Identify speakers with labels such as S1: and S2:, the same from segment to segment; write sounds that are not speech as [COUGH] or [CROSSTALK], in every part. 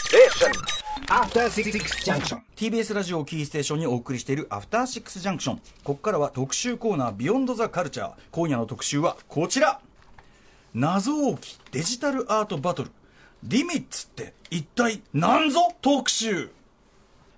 S1: station. After Six Junction.
S2: TBS ラジオをキーステーションにお送りしているアフターシックスジャンクションここからは特集コーナービヨンドザカルチャー今夜の特集はこちら謎多きデジタルアートバトルリミッツって一体何ぞ特集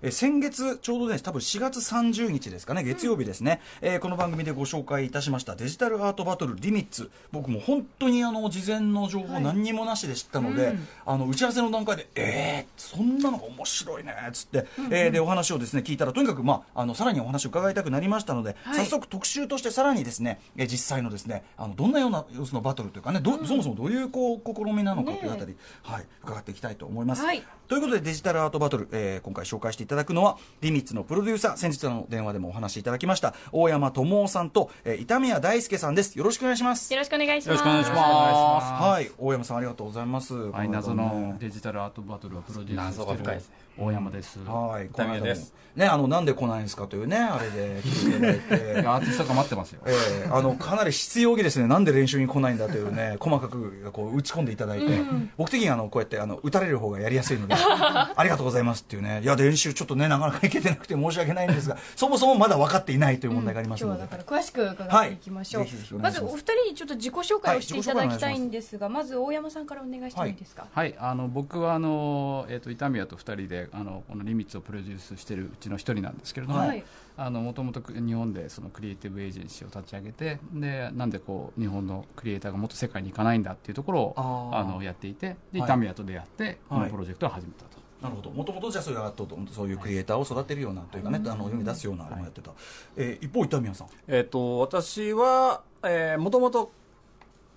S2: えー先月、ちょうどね、多分4月30日ですかね、月曜日ですね、えーこの番組でご紹介いたしましたデジタルアートバトルリミッツ、僕も本当にあの事前の情報、何にもなしで知ったので、あの打ち合わせの段階で、えー、そんなのが面白いねっつって、えーでお話をですね聞いたら、とにかく、まあ、あのさらにお話を伺いたくなりましたので、
S3: はい
S2: 早速、特集としてさらにですね、えー実際のですねあのどんなような様子のバトルというかね、どそもそもどういうこう試みなのかというあたり、はい、伺っていきたいと思います。
S3: はい
S2: ということでデジタルアートバトル、えー今回紹介していただくのはリミッツのプロデューサー先日の電話でもお話しいただきました大山智夫さんと、えー、板宮大輔さんですよろしくお願いします
S3: よろしくお願いします。
S4: よろしくお願いし
S3: す。
S4: ま
S2: はい大山さんありがとうございます
S4: す。はい、謎のデジタルアートバトルをプロデュース
S5: 謎が
S4: して
S5: 深いで
S4: いる
S5: すね
S4: 大山です。
S2: はいこの間
S5: 板
S2: も
S5: 宮です
S2: ねあのなんで来ないんですかというねあれで聞いていただい
S4: い
S2: て
S4: やアーティストが待ってますよ。
S2: えーあのかなり必要気ですね、なんで練習に来ないんだという [LAUGHS] ね、細かくこう打ち込んでいただいて、僕的にはあのこうやってあの打たれる方がやりやすいので、 [LAUGHS] ありがとうございますっていうね、いや、練習ちょっとね、なかなかいけてなくて申し訳ないんですが、そもそもまだ分かっていないという問題があり
S3: 今
S2: ます
S3: 日は
S2: ので、
S3: だから詳しく伺っていきましょう、
S2: はいぜひぜひお願
S3: ま
S2: いし
S3: ず
S2: ます
S3: お二人にちょっと自己紹介をしていただきたいんですが、まず大山さんからお願いしてもいいですか、
S4: はい、あの僕はあの、えー、と板宮と2人であのこのリミッツをプロデュースしてるうちの1人なんですけれども、
S3: はい
S4: あのもともと日本でそのクリエイティブエージェンシーを立ち上げてでなんでこう日本のクリエイターがもっと世界に行かないんだっていうところを
S2: あー
S4: あのやっていてで
S2: はい
S4: 板宮と出会ってこ
S2: は
S4: の
S2: い
S4: プロジェクトを始めたと。
S2: なるほど、もともとじゃあそういうアートとそういうクリエイターを育てるようなというかね、あの世に出すようなものをやってた、えー一方、板宮さん、
S5: [LAUGHS] えっ、と、私は、えー、もともと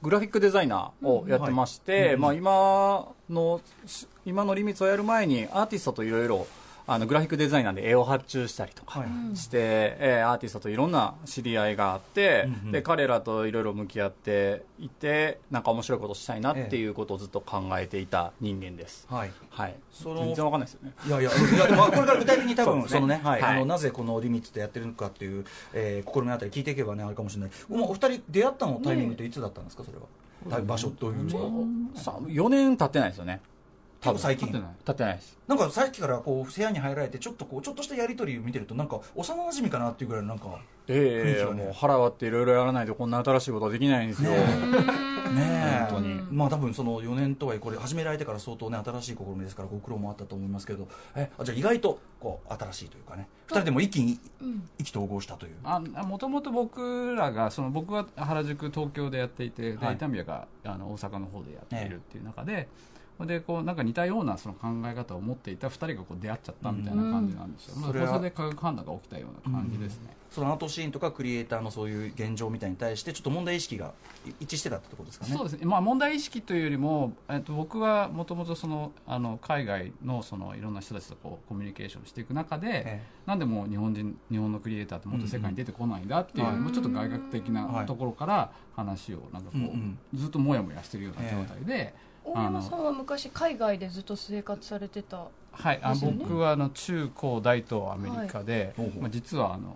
S5: グラフィックデザイナーをやってまして、まあ、今の、し今のリミッツをやる前に、アーティストといろいろ、あの、グラフィックデザイナーで絵を発注したりとか、
S2: はい
S5: して、えーアーティストといろんな知り合いがあって、
S2: うんうん
S5: で彼らといろいろ向き合っていてなんか面白いことしたいなっていうことをずっと考えていた人間です、
S2: はい、
S5: はい
S2: その
S5: 全然わかんないですよね
S2: いやいや、いやでもこれから具体的に多分
S5: そ
S2: そ
S5: で
S2: う
S5: す
S2: の
S5: ね
S2: ね、はい、
S5: はい
S2: あのなぜこのリミッツでやってるのかっていう、えー、心のあたり聞いていけばねあるかもしれない。もうお二人出会ったのタイミングっていつだったんですかそれは。タイ場所どういうんですか。
S5: さ4年経ってないですよね
S2: 多分最
S4: 立って
S2: 近
S4: ない。
S5: 経ってないです
S2: なんかさっきからこう部屋に入られてちょっとこうちょっとしたやりとりを見てるとなんか幼馴染かなっていうぐらいのなんかね
S5: ええ
S2: 雰囲気がね
S5: もう腹割っていろいろやらないとこんな新しいことはできないんですよ、 [LAUGHS] 本
S2: え
S5: 当に
S2: まあ多分その4年とはいえこれ始められてから相当ね新しい試みですからご苦労もあったと思いますけどえあじゃあ意外とこう新しいというかね二人でも一気に意気投合したという。
S4: あもともと僕らがその僕は原宿東京でやってい
S2: は
S4: て、
S2: い
S4: で板宮があの大阪の方でやっているっていう中で、でこうなんか似たようなその考え方を持っていた2人がこう出会っちゃったみたいな感じなんですよ、
S2: うん
S4: まあ
S2: そ
S4: そ
S2: れ
S4: れ
S2: は
S4: で化学反応が起きたような感じですね、
S2: そのアートシーンとかクリエイターのそういう現状みたいに対してちょっと問題意識が一致してたってことですかね
S4: そうですね、まあ、問題意識というよりも、えっと、僕はもともとそのあの海外のそのいろんな人たちとこうコミュニケーションしていく中で、
S2: え
S4: なんでもう日本人日本のクリエイターってもっと世界に出てこないんだっていう、
S2: うんうん
S4: もうちょっと外学的
S2: は
S4: ないところから話をなんかこう、
S2: うん
S4: [LAUGHS]
S2: うん
S4: ずっともやもやしてるような状態で、
S3: 大山さんは昔海外でずっと生活されてた
S4: はい、あ
S3: ですよね
S4: 僕はあの中高大とアメリカで、
S2: はいほうほう
S4: まあ、実はあの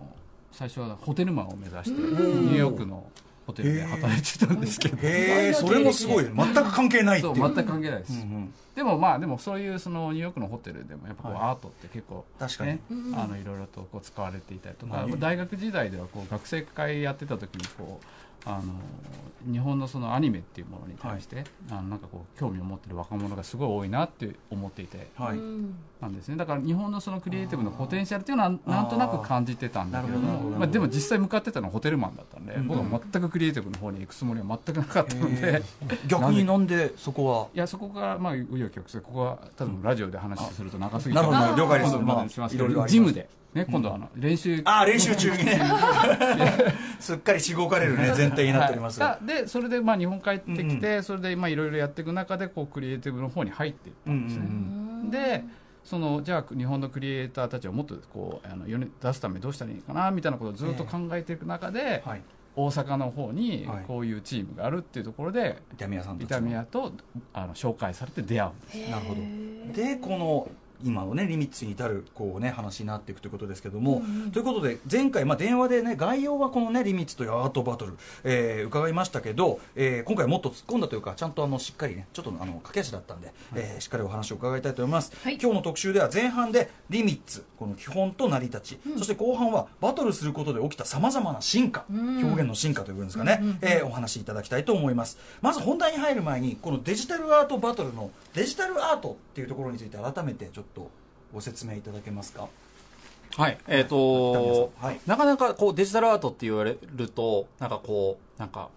S4: 最初はホテルマンを目指してニューヨークのホテルで働いてたんですけど、
S2: へえそれもすごい全く関係ないってい
S4: そうう全く関係ないです、
S2: うんうん
S4: でもまあでもそういうそのニューヨークのホテルでもやっぱこう
S2: はい
S4: アートって結構、ね
S2: 確かに
S4: あのいろいろとこう使われていたりとか、
S2: まあね
S4: 大学時代ではこう学生会やってた時にこうあの日本のそのアニメっていうものに対して、あのなんかこう興味を持ってる若者がすごい多いなって思っていて
S2: はい、
S3: うん
S4: なんですねだから日本のそのクリエイティブのポテンシャルっていうのはなんとなく感じてたんだけれど
S2: なるほどなるほど
S4: もまあでも実際向かってたのはホテルマンだったんで、
S2: うん
S4: 僕は全くクリエイティブの方に行くつもりは全くなかったの
S2: へ
S4: で。
S2: え逆になんでそこ
S4: いやそこがまあ紆余曲折ここは多分ラジオで話すると長す
S2: は
S4: ぎて、
S2: なるほどなるほど了解で
S4: 今
S2: す
S4: 度まあしますけど
S2: あり
S4: ジムでね今度あの練習
S2: ああ練習中にね [LAUGHS] すっかりしごかれる
S4: [LAUGHS]
S2: ね全体になっておりますが、
S4: はいがでそれでまあ日本帰ってきて、それでまあいろいろやっていく中でこうクリエイティブの方に入っていった
S2: うんうん
S4: んですね、でそのじゃあ日本のクリエイターたちをもっとこうあの世に出すためにどうしたらいいかなみたいなことをずっと考えていく中で、
S2: うんはい
S4: 大阪の方に
S2: はい
S4: こういうチームがあるっていうところで、
S2: 痛み屋さんたちの
S4: 痛み屋とあの紹介されて出会うんです
S2: なるほどでこの今のねリミッツに至るこうね話になっていくということですけども、ということで前回まあ電話でね概要はこのねリミッツというアートバトル、えー伺いましたけど、えー今回はもっと突っ込んだというかちゃんとあのしっかりねちょっとあの駆け足だったんで、えーしっかりお話を伺いたいと思います、
S3: はい
S2: 今日の特集では前半でリミッツこの基本と成り立ち、そして後半はバトルすることで起きたさまざまな進化、表現の進化というんですかね、えーお話しいただきたいと思いますまず本題に入る前にこのデジタルアートバトルのデジタルアートっていうところについて改めてちょっとご説明いただけますか
S5: はい、えっ、と、
S2: はい
S5: なかなかこうデジタルアートって言われると、なんかこう、なんか、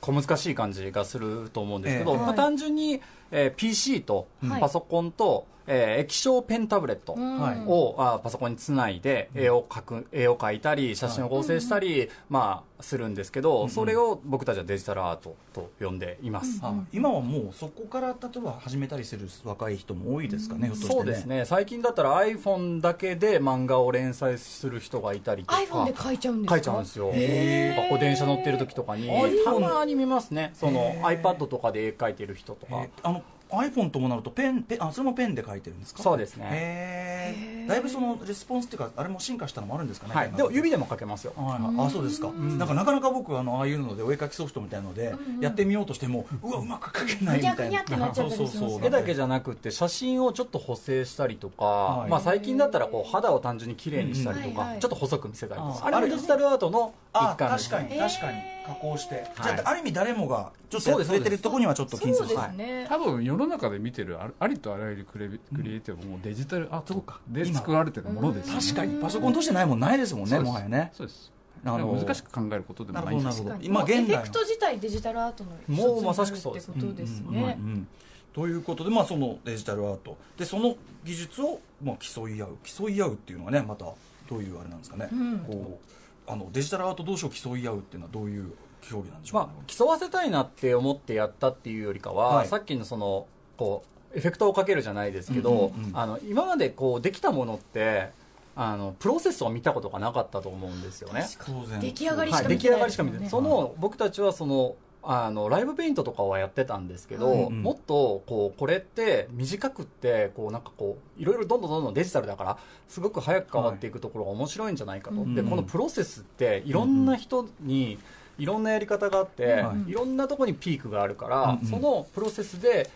S5: 小難しい感じがすると思うんですけど、
S2: ええ
S5: まあ、単純に、えー PC と
S3: はい
S5: パソコンと、えー液晶ペンタブレット
S2: はい
S5: を、あパソコンにつないで絵を描く、絵を描いたり、写真を合成したり、まあ、するんですけど、それを僕たちはデジタルアートと呼んでいます。
S2: あ今はもうそこから例えば始めたりする若い人も多いですかね、ひょっとして
S5: そうですね最近だったら iPhone だけで漫画を連載する人がいたりとか
S3: iPhone で書いちゃうんですか
S5: 書いちゃうんですよ。
S2: へ
S5: 学校電車乗ってる時とかに
S2: iPhone
S5: たまに見ますね。その iPad とかで絵描いてる人と
S2: え
S5: か
S2: ー。あの iPhone ともなるとペンペンあそれもペンで書いてるんですか
S5: そうですね
S2: へーだいぶそのレスポンスっていうかあれも進化したのもあるんですかね、
S5: はい。でも指で
S2: で
S5: も描けますよ。
S2: はいはい、あそうですか、なんかなかなか僕あのああいうのでお絵描きソフトみたいので、やってみようとしてもうわうまく描けないみたいな
S3: ぐにゃぐにゃってなっちゃったりしますよね
S2: [LAUGHS] そうそうそう
S5: 絵だけじゃなくて写真をちょっと補正したりとか、
S2: はい
S5: まあ最近だったらこう肌を単純に綺麗にしたりと
S3: うん
S5: か、
S3: はい
S5: ちょっと細く見せたりと
S2: あ
S5: か、
S2: ー
S5: あれもデジタルアートの
S2: あ
S5: 一
S2: ー
S5: 環で
S2: 確
S5: す
S2: かに
S3: へー
S2: 確かに加工して、じ
S5: は
S2: ゃ
S5: い
S2: あある意味誰もがちょっと
S5: そ
S2: や
S5: うです
S2: 触れてるところにはちょっと
S3: そ
S2: 禁止し
S3: うで
S2: て
S3: すね
S4: 多分世の中で見てるあありとあらゆるクリエクリエイティブもデジタルアートで
S2: 今
S4: 作られてるものですよね
S2: 確かにパソコン通してないもんないですもんねもはやね
S4: そうです
S2: なるほど
S4: 難しく考えることでも
S2: なるほ
S4: な
S2: どなる
S4: いんです
S2: ほ
S4: よ
S2: ど
S3: 今
S2: 今
S3: 現エ
S2: 現
S3: フェ
S2: 代
S3: ク
S2: の
S3: ト自体デジタルアートの一つになる
S5: もうまさしくそうです
S3: ってことです
S2: うんうんう
S3: ね
S2: んということで、まあ、そのデジタルアートでその技術を、まあ、競い合う競い合うっていうのはねまたどういうあれなんですかね、
S3: ん
S2: こうあのデジタルアート同士を競い合うっていうのはどういう競技なんでしょうか、
S5: まあ、競わせたいなって思ってやったっていうよりかは、
S2: はい
S5: さっきのそのこうエフェクトをかけるじゃないですけど、
S2: うんうんうん
S5: あの今までこうできたものってあのプロセスを見たことがなかったと思うんですよね。
S2: 当然
S3: 出来上がりし
S5: は
S3: か
S5: い、
S3: 見
S5: 出
S3: て
S5: 来
S3: な
S5: 上
S3: い
S5: がりしか見てない、その僕たちはそのあのライブペイントとかはやってたんですけど、
S2: うんうん
S5: もっとこうこれって短くってこうなんかこういろいろどんどんどんどんデジタルだからすごく早く変わっていくところが面白いんじゃないかと、
S3: はい
S5: で
S2: うん
S5: このプロセスっていろんな人にいろんなやり方があって、、
S2: はい
S5: ろんなところにピークがあるから、
S2: うんうん
S5: そのプロセスで、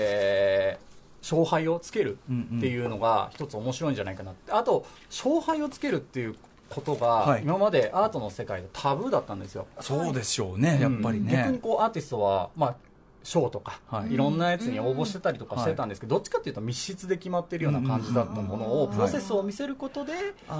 S5: えー勝敗をつけるっていうのが一つ面白いんじゃないかなってあと勝敗をつけるっていうこと
S2: は
S5: が
S2: い
S5: 今までアートの世界でタブーだったんですよ、
S2: そうでしょうね、やっぱり
S5: うん逆に
S2: ね、
S5: こうアーティストは、まあ、賞とか、、
S2: はいい
S5: ろんなやつに応募してたりとかしてたんですけど、どっちかっていうと密室で決まってるような感じだったものを、
S3: うん
S5: プロセスを見せることで評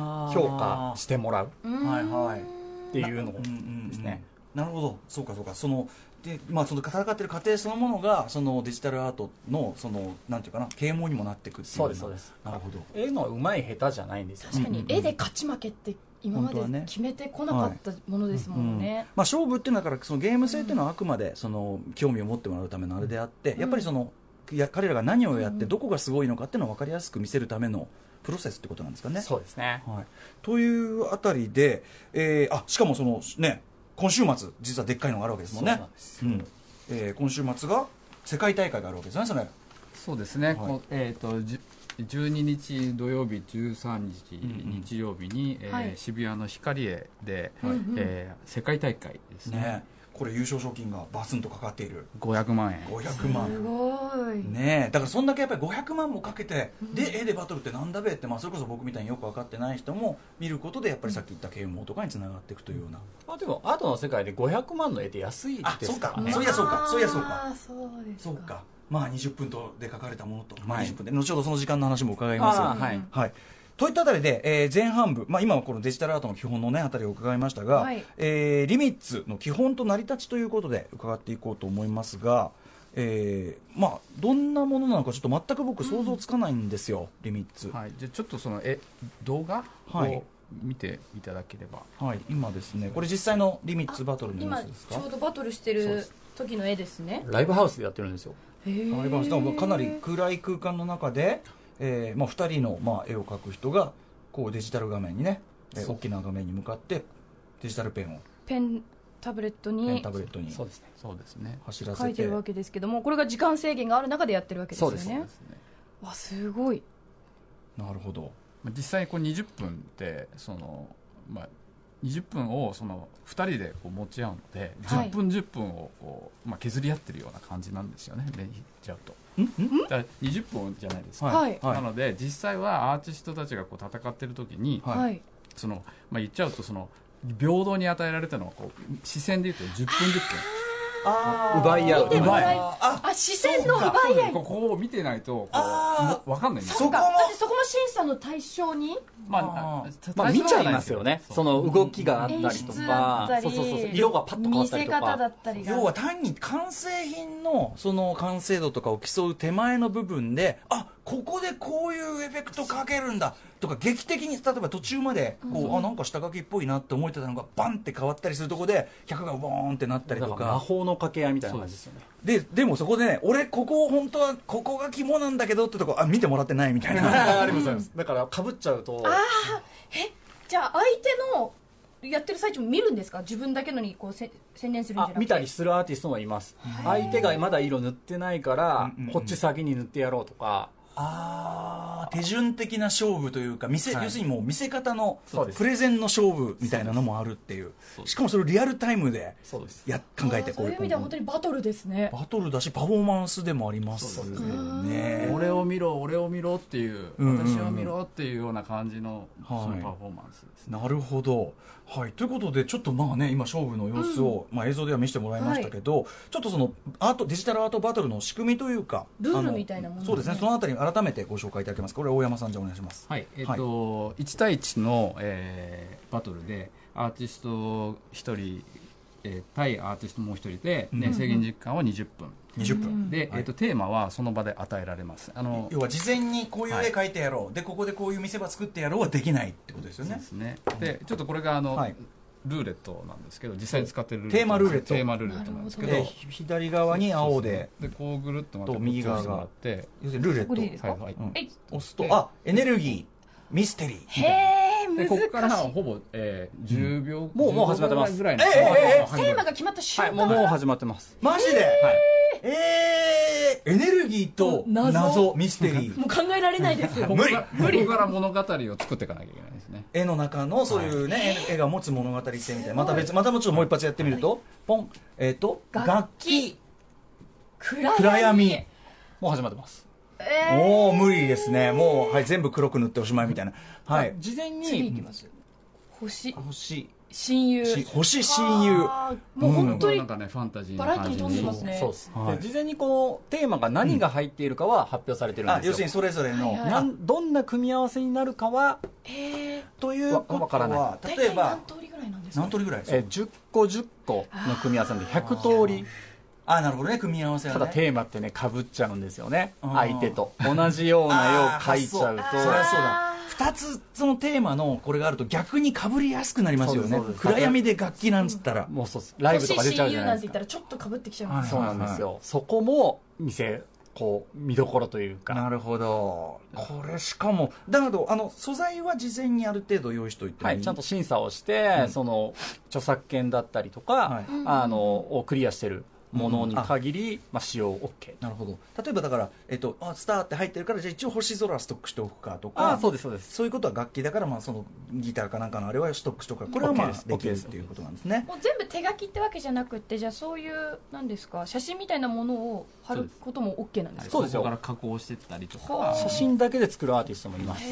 S5: 価してもらう
S3: う
S2: あー
S3: ん
S2: はいはい
S5: っていうのを
S2: うんうん
S5: ですね
S2: うんなるほどそうかそうかそのでまあその戦ってる過程そのものがそのデジタルアートのそのなんていうかな啓蒙にもなっていくってい
S5: そ
S2: うよ
S5: うですそうです
S2: なるほど
S5: 絵のうまい下手じゃないんですよ
S3: 確かに絵で勝ち負けって今ま
S2: 本当は
S3: で
S2: ね
S3: 決めてこなかったものですもんね
S2: まあ、勝負っていうのはだからそのゲーム性っていうのはあくまでその興味を持ってもらうためのあれであって、やっぱりそのいや彼らが何をやってどこがすごいのかっていうのを分かりやすく見せるためのプロセスってことなんですかね。
S5: そうですね
S2: はい、というあたりで、えーあしかもその、ね、今週末実はでっかいのがあるわけですもんね。
S5: そうなんです
S2: うんえー今週末が世界大会があるわけですよね、それ。
S4: そうですね、こうえー、とじ12日土曜日13日、
S2: んうん
S4: 日曜日に、えー
S3: はい
S4: 渋谷の光栄で、
S2: はい
S4: えー世界大会ですね
S2: ね、これ優勝賞金がバスンとかかっている
S4: 500万円
S2: 500万。
S3: すごい
S2: ねえだからそんだけやっぱり500万もかけて、で絵でバトルってなんだべって、まあ、それこそ僕みたいによく分かってない人も見ることでやっぱりさっき言った啓蒙とかにつながっていくというような、
S5: まあでもアートの世界で500万の絵って安いです
S2: あ
S5: からね
S2: そうかそ
S3: ね
S2: ういやそうかそういやそうか
S3: あーそうです
S2: そうかまあ20分とで書かれたものと、まあ、
S5: はい
S2: 20分で後ほどその時間の話も伺います
S5: あーはい
S2: はいといったあたりで、えー前半部、まあ、今はこのデジタルアートの基本の、ね、あたりを伺いましたが、
S3: はい
S2: えーリミッツの基本と成り立ちということで伺っていこうと思いますが、えーまあ、どんなものなのかちょっと全く僕想像つかないんですよ、リミッツ。
S4: はい、じゃあちょっとそのえ動画
S2: はい
S4: を見ていただければ、
S2: はい、今ですね、これ実際のリミッツバトルの様
S3: 今
S2: 子です
S3: ち
S2: か
S3: ょ。うどバトルしてる時の絵ですね
S5: ライブハウスでやってるんですよ
S3: へー
S2: わかりましたもうかなり暗い空間の中で、えーまあ、2人の、まあ、絵を描く人がこうデジタル画面にね、えー大きな画面に向かってデジタルペンを
S3: ペンタブレット
S2: ペン
S3: に
S2: タブレットに
S5: そうですね
S4: そうですね
S2: 走ら
S3: 書
S2: せ
S3: いて
S2: て
S3: るわけですけどもこれが時間制限がある中でやってるわけですよね
S5: そうですそうで
S3: わすごい
S2: なるほど
S4: まあ実際こう20分ってその、まあ、20分をその2人でこう持ち合うので
S3: はい
S4: 10分10分をこう、まあ、削り合ってるような感じなんですよね目にちゃうと
S2: んん
S4: だから20分じゃないですか、
S3: はい
S4: なので実際はアーティストたちがこう戦ってる時に、
S2: はい
S3: はい。
S4: そのまあ、言っちゃうとその平等に与えられたのはこう視線で言うと10分10分
S5: 奪い合う
S3: 見てもら
S5: 奪い
S3: い
S5: 合う
S2: あ
S3: あ、視線の奪い合い。
S4: ここを見てないとこ
S2: あ
S4: うも分かんないんです
S2: そ
S4: よ
S2: こも
S3: だってそこも審査の対象に。
S4: ま
S2: あ
S5: まあ、見ちゃいますよね
S4: そう
S5: その動きがあったり
S3: 演
S5: と
S3: 出だ
S5: か
S3: ったり、
S5: そうそうそうそう色がパッと変わったりと
S3: 見せ方だ
S5: か
S3: ったりが。
S2: 要は単に完成品のその完成度とかを競う手前の部分であここでこういうエフェクトかけるんだとか劇的に例えば途中までこう、あなんか下書きっぽいなって思ってたのがバンって変わったりするとこで100がボーンってなったり
S5: だ
S2: と
S5: から魔
S2: か
S5: 法の掛け合いみたいな感じですよね
S2: ででもそこでね俺ここを本当はここが肝なんだけどってとこあ見てもらってないみたいな
S5: ありがとうございますだからかぶっちゃうと
S3: じゃあ相手のやってる最中も見るんですか自分だけのにこうせ専念するんじゃ
S5: あ
S3: なくて
S5: 見たりするアーティストもいます相手がまだ色塗ってないから
S2: うんうんうん
S5: こっち先に塗ってやろうとか
S2: [LAUGHS] あー手順的な勝負というか見せ、
S5: はい
S2: 要するにもう見せ方の
S5: そうです
S2: プレゼンの勝負みたいなのもあるっていう
S4: そうです
S2: しかもそれをリアルタイムで
S5: そうです
S2: や考えて
S3: あーそういう意味では本当にバトルですね
S2: バトルだしパフォーマンスでもありますよ
S4: そうで
S2: ね
S4: 俺を見ろ俺を見ろっていう、
S2: うんうんうん
S4: 私を見ろっていうような感じのその
S2: は
S4: パ
S2: い
S4: フォーマンスですね、
S2: なるほど、はい、ということでちょっとまあね今勝負の様子を、まあ、映像では見せてもらいましたけど、ちょっとそのアートデジタルアートバトルの仕組みというか
S3: ルール
S2: あの
S3: みたいなものね
S2: そうですねそのあたり改めてご紹介いただけますかこれ大山さんじゃあお願いします
S4: はいえっ、と、1対1の、えーバトルでアーティスト1人、えー対アーティストもう1人で、ね
S2: うん
S4: 制限時間は20分、
S2: 20分、
S4: で、
S2: はい
S4: えっとテーマはその場で与えられますあの
S2: 要は事前にこういう
S4: は
S2: 絵
S4: い
S2: 描いてやろう、でここでこういう見せ場作ってやろうはできないってことですよ
S4: そう
S2: ね
S4: ですねでちょっとこれがあの、
S2: はい
S4: ルーレットなんですけど実際に使ってる
S2: テーマルーレット
S4: テーマルーレットなんですけど
S3: なる
S2: でひ左側に青で
S4: でこうぐるっとまた
S2: と右側が
S4: こう通してもらって
S2: 要するにルーレット
S3: これでいいですか
S4: はいはい
S2: うん
S3: えい
S2: 押すとあエネルギーミステリー
S3: へえ
S4: で
S3: 難
S4: ここから
S3: しい
S4: ほぼ、えー、10秒、
S5: もうもう始まってます
S4: 15ぐらいの、
S2: えええ
S4: はい
S3: テーマが決まった瞬
S5: はいもう
S3: 間
S5: もう始まってます
S2: マジで、ええーエネルギーと謎
S3: 謎
S2: ミステリー
S3: もう考えられないですよ
S2: 無理
S4: 無理から物語を作っていかなきゃいけないですね
S2: 絵の中のそういうね、絵絵が持つ物語性みたいなまた別またもうちょっともう一発やってみると、ポンえっ、と
S3: 楽
S2: 器
S3: 暗
S2: 暗闇
S5: もう始まってます
S3: え
S2: おお無理ですねもう、はい、全部黒く塗っておしまいみたいなはい
S5: 事前
S3: ー、次いき
S5: に
S3: ます星
S2: 星
S3: 親友
S2: し星親友
S3: あーもう本当
S4: な
S3: に
S4: んかねファンタジー
S3: バ
S4: な
S3: ラエティ
S4: 感
S3: に富ん
S4: じ
S3: で
S4: に
S3: ますね
S5: そうです
S2: はい
S5: で事前にこのテーマが何が入っているかは発表されてるん
S2: あ
S5: ですよ
S2: 要するにそれぞれの、
S3: はいはい
S5: なんどんな組み合わせになるかは、
S3: へえ
S2: というこ
S5: わわ
S2: と
S5: から
S2: は
S5: な
S2: 例えば
S3: 大体何通りぐらいなんですか
S2: 何通りぐらいですか
S5: えー10個10個の組み合わせなんで100通り
S2: あなるほどね組み合わせは
S5: た
S2: ね
S5: だテーマってねかぶっちゃうんですよね
S2: あー
S5: 相手と同じような絵を描いちゃうと
S2: あー発想そりゃそうだ2つそのテーマのこれがあると逆にかぶりやすくなりますよ
S5: そうで
S2: ね
S5: すそうです
S2: 暗闇で楽器なんつったら
S5: もうそうですライブとか出ちゃう
S3: 星
S5: じ
S3: 親
S5: ゃ
S3: 友
S5: な
S3: ないん
S5: です
S3: て言っ
S5: か
S3: たらちょっとかぶってきちゃいます、
S2: はい
S5: そうなんですよそこも見せこう見どころというか
S2: なるほどこれしかもだけどあの素材は事前にある程度用意しておいても
S5: はい、ちゃんと審査をして、
S2: うん
S5: その著作権だったりとか、
S2: はい
S5: あのをクリアしてるものに限り、まあ、使用 OK
S2: なるほど例えばだから、えっと、あスターって入ってるからじゃあ一応星空ストックしておくかとか
S5: ああそうですそうです
S2: そういうことは楽器だから、まあ、そのギターかなんかのあれはストックしとくかこれはまあ
S5: OK です
S2: でき
S5: OK
S2: るっ
S5: です
S2: ていうことなんですね
S3: もう全部手書きってわけじゃなくってじゃあそういうなんですか写真みたいなものを貼ることも OK なんですか
S5: そうですよ
S4: ここから加工してったりと
S3: は
S4: か
S3: あ
S5: 写真だけで作るアーティストもいます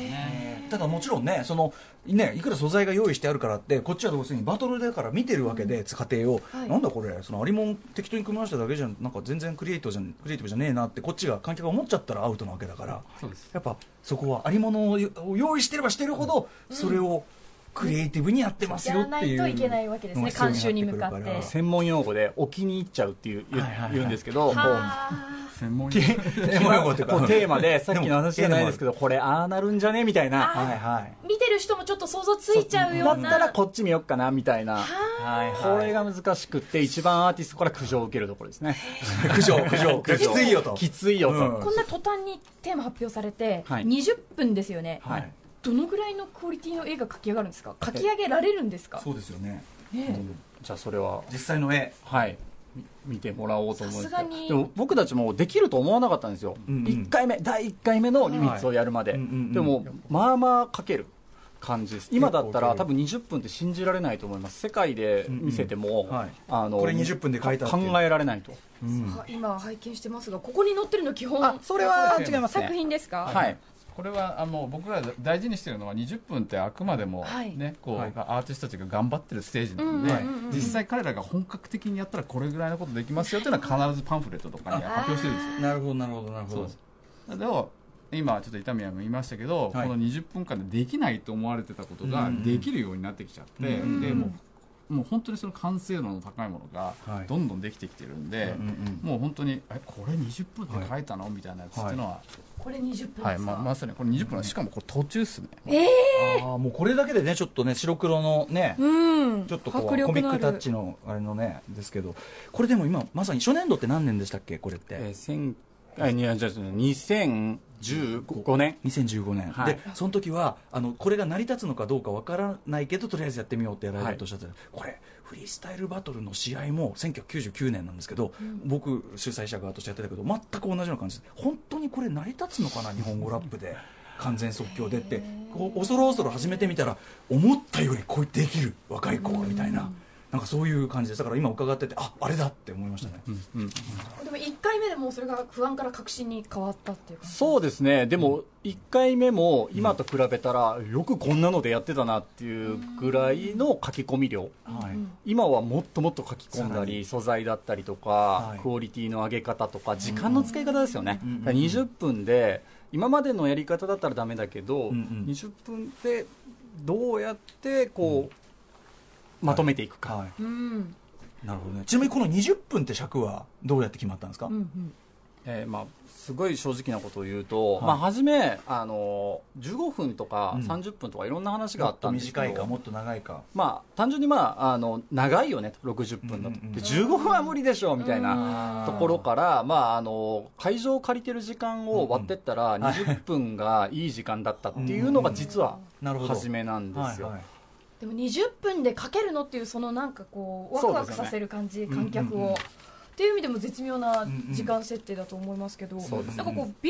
S2: ただもちろんねそのねいくら素材が用意してあるからってこっちはどうせにバトルだから見てるわけで、過程を、
S3: はい
S2: なんだこれそのありもん適当に組み合わせただけじゃなんか全然クリエイトじゃんクリエイティブじゃねえなってこっちが観客が思っちゃったらアウトなわけだから
S4: そうです
S2: やっぱそこはありものを用意してればしてるほど、それをクリエイティブにやってます
S3: や
S2: よ
S3: ら
S2: っ
S3: な
S2: てい
S3: いうといけないわけですね
S2: のが
S3: 監
S2: 必要
S3: 修に
S2: な
S3: 向
S2: て
S3: かっ
S2: くるら
S3: て
S5: 専門用語でお気に入っちゃうっていう言,、
S2: はいはいはい
S5: うんですけどもう
S3: は
S4: 専門用
S2: 専門用語っていうか
S5: こう
S2: [LAUGHS]
S5: テーマでさっきの話じゃないですけどこれああなるんじゃねみたいな
S2: はいはい
S3: ー見てる人もちょっと想像ついちゃうよ
S5: だ
S3: う
S5: ったら
S3: な
S5: こっち見よっかなみたいな
S2: はいはい
S5: これが難しくって一番アーティストから苦情を受けるところですね
S2: [LAUGHS] 苦情 [LAUGHS] 苦情
S5: 苦
S2: き
S5: 情
S2: ついよと
S5: きついよ
S2: うん
S5: と
S3: こんな途端にテーマ発表されて
S5: はい
S3: 20分ですよね
S2: はい
S3: どのぐらいのクオリティの絵が描き上がるんですか描き上げられるんですか
S2: そうですよね
S3: ねえ
S5: じゃあそれは
S2: 実際の絵
S5: はい見てもらおうと思うんです
S3: さ
S5: け
S3: すがに
S5: どでも僕たちもできると思わなかったんですよ、
S2: うんうん
S5: 一1回目第1回目のリミッツをやるまで、
S2: はいうんうんうん
S5: でもまあまあかける感じです今だったら
S2: 結
S5: 多
S2: 構かけ
S5: 分20分って信じられないと思います世界で見せても、
S2: うんうんはい
S5: あの
S2: これ20分で書いたって
S5: 考
S2: いう
S5: えられないと
S3: あ今拝見してますがここに載ってるの基本
S5: あそれは違いますね
S3: 作品ですか
S5: はい
S4: これはあの僕ら大事にしてるのは20分ってあくまでも、
S3: はい
S4: ねこう
S2: はい
S4: アーティストたちが頑張ってるステージなので、
S3: うんうんうんうん
S4: 実際彼らが本格的にやったらこれぐらいのことできますよっていうのは必ずパンフレットとかに発表してるんですよ。
S2: なるほどなるほどなるほ
S4: そう
S2: ど
S4: ですでも今ちょっと痛みはも言いましたけど、
S2: はい
S4: この20分間でできないと思われてたこと
S2: う
S4: が
S2: んうん
S4: できるようになってきちゃって、
S2: うん
S4: で
S3: うん
S4: もうもう本当にその完成度の高いものが
S2: はい
S4: どんどんできてきてるんで、
S2: うんうん
S4: もう本当にえこれ20分で書いたの、みたいなやつっていうのは、
S3: これ20分ですか、
S4: はいままさにこれ20分はしかもこれ途中っすね、
S3: ええ
S2: ああもうこれだけでねちょっとね白黒のね
S3: うん
S2: ちょっとこうコミックタッチのあれのねですけどこれでも今まさに初年度って何年でしたっけこれって、
S5: えー千あいやじゃあ2015年
S2: 2015年、
S5: はい
S2: でその時はあのこれが成り立つのかどうかわからないけどとりあえずやってみようってやられるとおっしゃってた、これフリースタイルバトルの試合も1999年なんですけど、僕主催者側としてやってたけど全く同じような感じです本当にこれ成り立つのかな日本語ラップで完全即興でってこう恐る恐る始めてみたら思ったよりこうできる若い子はみたいな。なんかそういう感じですだから今伺っててああれだって思いましたね、
S4: うん、
S3: でも1回目でもうそれが不安から確信に変わったっていうか
S5: そうですね、でも1回目も今と比べたら、よくこんなのでやってたなっていうぐらいの書き込み量、
S2: はい
S5: 今はもっともっと書き込ん
S2: さら
S5: だ
S2: に
S5: り、素材だったりとか、
S2: い
S5: クオリティの上げ方とか、時間の使い方ですよね、
S2: うんうん
S5: だから20分で、今までのやり方だったらだめだけど、
S2: うんうん
S5: 20分でどうやってこう、まとめていくか。
S2: はい
S3: うん
S2: なるほどねちなみにこの20分って尺はどうやって決まったんですか、
S3: うんうん
S5: えーまあ、すごい正直なことを言うと、
S2: はい
S5: まあ、初め、あの15分とか
S2: うん
S5: 30分とかいろんな話が
S2: も
S5: あ
S2: っ
S5: った
S2: と
S5: んですけど、
S2: 短いかもっと長いか
S5: まあ、単純に、まあ、あの長いよねと60分だと、
S2: うんうんうん
S5: で15分は無理でしょうみたいなところから、まあ、あの会場を借りてる時間を割ってったら、20分がいい時間だったっていうのが実は
S2: なるほど
S5: 初めなんですよ。
S2: はいはい
S3: でも20分でかけるのっていうそのなんかこうワクワクさせる感じ、観客を、
S2: うんうんうん
S3: っていう意味でも絶妙な時間設定だと思いますけど、
S5: そうです
S3: な
S5: ね
S3: んかこう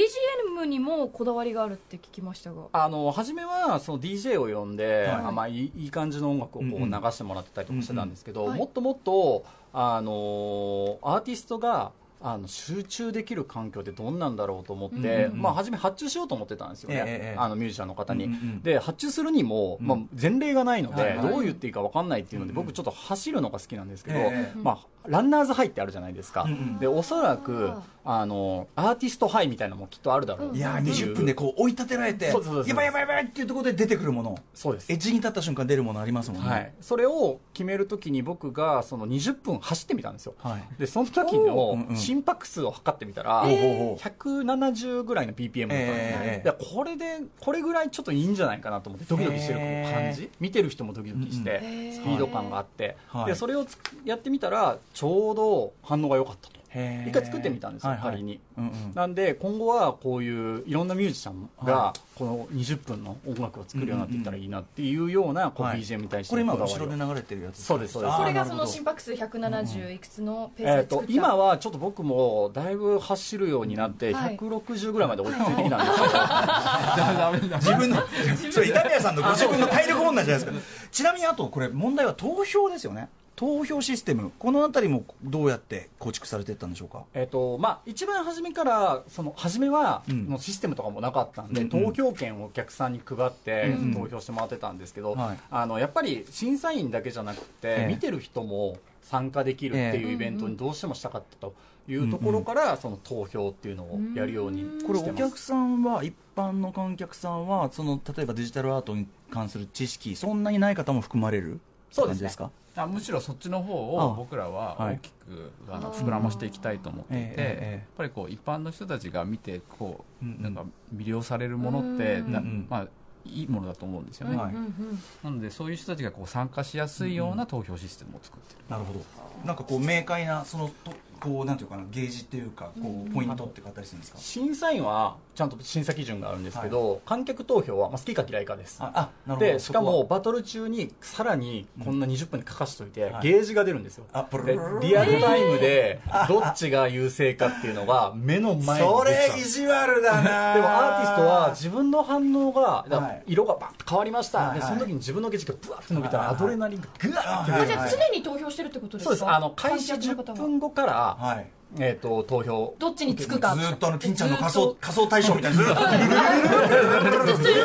S3: BGM にもこだわりがあるって聞きましたが
S5: あの初めはその DJ を呼んで、
S2: はい
S5: あまあ、いいいい感じの音楽をこ
S2: うん
S5: う
S2: う
S5: 流
S2: ん
S5: してもらってたりとかしてたんですけど、
S3: うんうんはい
S5: もっともっと、あのーアーティストがあの集中できる環境ってどんなんだろうと思って、
S3: うん
S2: うん
S5: まあ、初め発注しようと思ってたんですよね、
S2: ええええ
S5: あのミュージシャンの方に。
S2: うんうん
S5: で発注するにも、
S2: うん
S5: まあ、前例がないので、
S2: はいはい
S5: どう言っていいか分かんないっていうので、
S2: うんうん
S5: 僕ちょっと走るのが好きなんですけど、
S2: ええ
S5: まあ、ランナーズハイってあるじゃないですか、
S2: うんうん
S5: でおそらくあのアーティストハイみたいなのもきっとあるだろう
S2: いやー
S5: っていう
S2: 20分でこう追い立てられて
S5: そうそうそうそう
S2: やばいやばいやばいっていうところで出てくるもの
S5: そうです
S2: エッジに立った瞬間出るものありますもんね
S5: はい、それを決めるときに僕がその20分走ってみたんですよ
S2: はい
S5: でその時
S2: おーうんう
S5: の
S2: ん
S5: 心拍数を測ってみたら、
S2: ほうほうほう
S5: 170ぐらいの BPM だったんですね、
S2: ええ
S5: でこれでこれぐらいちょっといいんじゃないかなと思ってドキドキしてる
S2: へえ
S5: 感じ、見てる人もドキドキして、
S3: うんうん
S5: スピード感があって、
S2: はい
S5: でそれをつやってみたらちょうど反応が良かったと
S2: へー
S5: 一回作ってみたんですよ、
S2: はいはい
S5: 仮に。
S2: うんうん
S5: なんで今後はこういういろんなミュージシャン
S2: は
S5: がこの20分の音楽を作るようになっていったらいいなっていうようなこう
S2: はい
S5: BGM に対して
S2: これ
S5: の
S2: 今
S5: こだわりを
S2: 後ろで流れてるやつ
S5: そうですそうです
S2: あー
S3: これがそ
S2: な
S3: の
S2: るほど
S3: 心拍数170いくつのペ
S5: え
S3: ー
S5: っ
S3: スで作
S5: と
S3: った、
S5: 今はちょっと僕もだいぶ走るようになって
S3: はい
S5: 160ぐらいまで落ち着いてきたんですけど、
S4: [LAUGHS] ダメダメダメ
S2: 自分
S3: [LAUGHS]
S2: のそれ板宮さんのご自分の体力問題じゃないですかちなみにあとこれ問題は投票ですよね投票システムこのあたりもどうやって構築されていったんでしょうか
S5: えっとまあ、一番初めからその初めは
S2: うん
S5: のシステムとかもなかったんで、
S2: うん
S5: 投票券をお客さんに配って
S2: うん
S5: 投票してもらってたんですけど、
S2: はい
S5: あのやっぱり審査員だけじゃなくて、
S2: ええ
S5: 見てる人も参加できるって
S2: え
S5: いう
S3: え
S5: イベントにどうしてもしたかったというところから、その投票っていうのをやるように
S2: これ
S5: して
S2: お
S5: ます。
S2: 客さんは一般の観客さんはその例えばデジタルアートに関する知識そんなにない方も含まれる
S5: そうで
S2: 感
S5: す
S2: じ
S5: ね
S2: ですか
S4: あむしろそっちの方
S2: あ
S4: を僕らは
S2: はい
S4: 大きくあの膨らましていきたいと思っていて、
S2: ええええ
S4: やっぱりこう一般の人たちが見てこう、
S2: うんうん
S4: なんか魅了されるものって、
S3: うん
S4: な
S2: うん
S4: まあいいものだと思うんですよね、
S2: は
S3: うんうん
S4: なのでそういう人たちがこう参加しやすいような投票システムを作ってる、
S2: なるほどなんかこう明快なそのとこうなんていうかなゲージっていうかこうポイントって買ったりするんですか
S5: 審査員はちゃんと審査基準があるんですけど、観客投票はまあ好きか嫌いかです
S2: ああなるほど
S5: でしかもバトル中にさらにこんな20分で書かしといて、
S2: はい
S5: ゲージが出るんですよ
S2: あプルル
S5: で
S2: ルル
S5: リアルタイムでどっちが優勢かっていうのが目の前に
S2: そ
S5: 出ちゃう
S2: れ意地悪だ
S5: [LAUGHS]
S2: な
S5: でもアーティストは自分の反応がだから
S2: はい
S5: 色がバッと変わりました、
S2: はいはい
S5: でその時に自分のゲージがブワッと伸びたら
S2: は
S5: ア
S2: いはい
S5: ドレナリンがグワッて
S2: は
S5: 出る
S2: い
S3: じゃ
S2: は
S3: あ
S2: い
S3: 常に投票してるってことで
S5: そ
S3: す
S5: う
S3: か
S5: ですあの開始
S3: 観客の
S5: 10
S3: 方は
S5: 分後から、
S2: はい
S5: えー、と投票
S3: どっちにつくか
S2: ずーっとあの金ちゃんの仮
S3: ずー
S2: 想
S3: っと
S2: 仮想大賞みたいにずーっと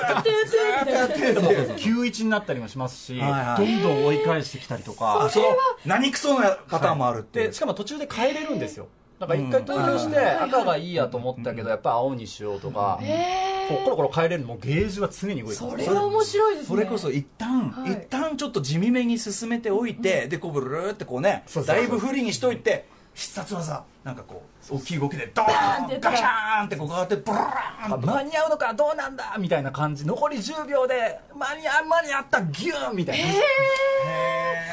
S5: でも91になったりもしますし、
S2: はいはい
S5: どんどん追い返してきたりと [LAUGHS] か、
S2: [LAUGHS] その何クソなパターンもあるっていう
S5: でしかも途中で変えれるんですよだから一回投票して
S3: うん
S5: 赤がいいやと思ったけどやっぱ青にしようとか、
S3: え
S5: こうコロコロ変えれるもうゲージは常に動いてます
S3: それは面白いですね
S2: それこそ一旦、
S3: はい
S2: 一旦ちょっと地味めに進めておいて、でこうブルルーってこうね
S5: そうそう
S2: だ
S5: そう
S2: いぶ不利にしといて必殺技なんかこう大きい動きでド
S3: バーンって
S2: ーン
S3: やったら
S2: ガシャーンってこう変わってブルルーン
S5: あ間に合うのかどうなんだみたいな感じ残り10秒で間に合う間に合ったギューンみたいな、
S2: あ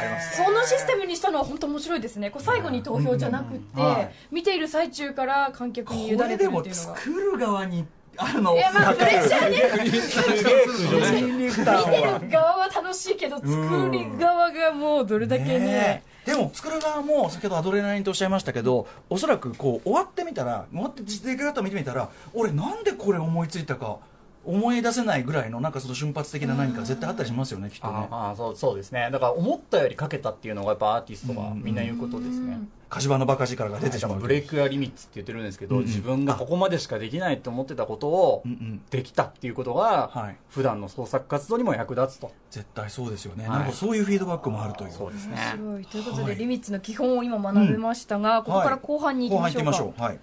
S2: ります
S3: そのシステムにしたのは本当面白いですねこう最後に投票じゃなくって、
S2: うんうんはい
S3: 見ている最中から観客に委
S2: こ
S3: ね
S2: れ
S3: て
S2: で
S3: るっ
S2: も
S3: ていうのが
S2: 作る側にあの
S3: いやまあプレッシャーね
S5: すげえ苦情ですよ
S2: 心理負
S3: 見
S2: 担
S3: て
S2: は
S3: る側は楽しいけど作り側がもうどれだけね
S2: ねえでも作る側も先ほどアドレナリンとおっしゃいましたけどおそらくこう終わってみたら終わって実績方を見てみたら俺なんでこれ思いついたか思い出せないぐらいのなんかその瞬発的な何か絶対あったりしますよねきっとね
S5: ああそうそうですねだから思ったよりかけたっていうのがやっぱアーティストがみんな言うことですね、
S2: 菓子場のバカ力が出てしまう
S5: ブレイクやリミッツって言ってるんですけど、自分がここまでしかできないと思ってたことを
S2: うんうん
S5: できたっていうことが、
S2: はい
S5: 普段の創作活動にも役立つと
S2: 絶対そうですよね、
S5: はい
S2: なんかそういうフィードバックもあるという
S5: そうですね
S3: 面白いということで、
S2: はい
S3: リミッツの基本を今学べましたが、ここから後半に行きましょうか、
S2: はい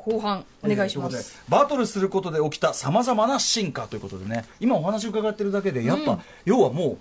S2: 後半行ってみましょうはい
S3: 後半お願いします、
S2: ということでバトルすることで起きたさまざまな進化ということでね今お話伺ってるだけでやっぱ、要はもう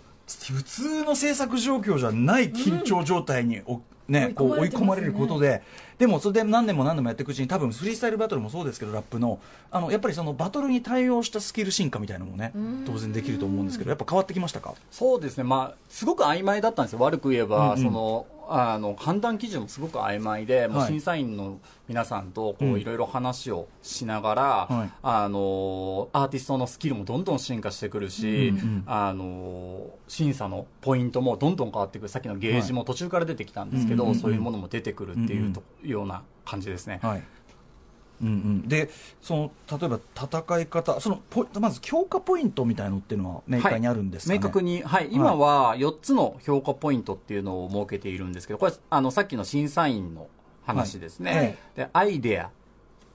S2: 普通の制作状況じゃない緊張状態にお、ね、こう追
S3: 追
S2: い
S3: い
S2: 込
S3: 込
S2: ま
S3: ま
S2: れ
S3: れ
S2: る
S3: てますね
S2: ことで、でもそれで何年も何年もやっていくうちに多分フリースタイルバトルもそうですけどラップのあのやっぱりそのバトルに対応したスキル進化みたいなのもね当然できると思うんですけどやっぱ変わってきましたか
S5: そうですねまあすごく曖昧だったんですよ悪く言えば、
S2: うんうん
S5: そのあの判断基準もすごく曖昧で、もう
S2: はい
S5: 審査員の皆さんと
S2: う
S5: こ
S2: ん
S5: ういろいろ話をしながら、
S2: はい
S5: あのアーティストのスキルもどんどん進化してくるし、
S2: うんうん
S5: あの審査のポイントもどんどん変わってくるさっきのゲージも途中から出てきたんですけど、
S2: はいうんうんうん
S5: そういうものも出てくるっていうと、ような感じですね。
S2: はいうんうん、でその例えば戦い方そのポイまず強化ポイントみたいなのっていうのは明快にあるんですか、ね
S5: 明確に、はい、今は4つの評価ポイントっていうのを設けているんですけど、これあのさっきの審査員の話ですね、
S2: はいはい
S5: でアイデア、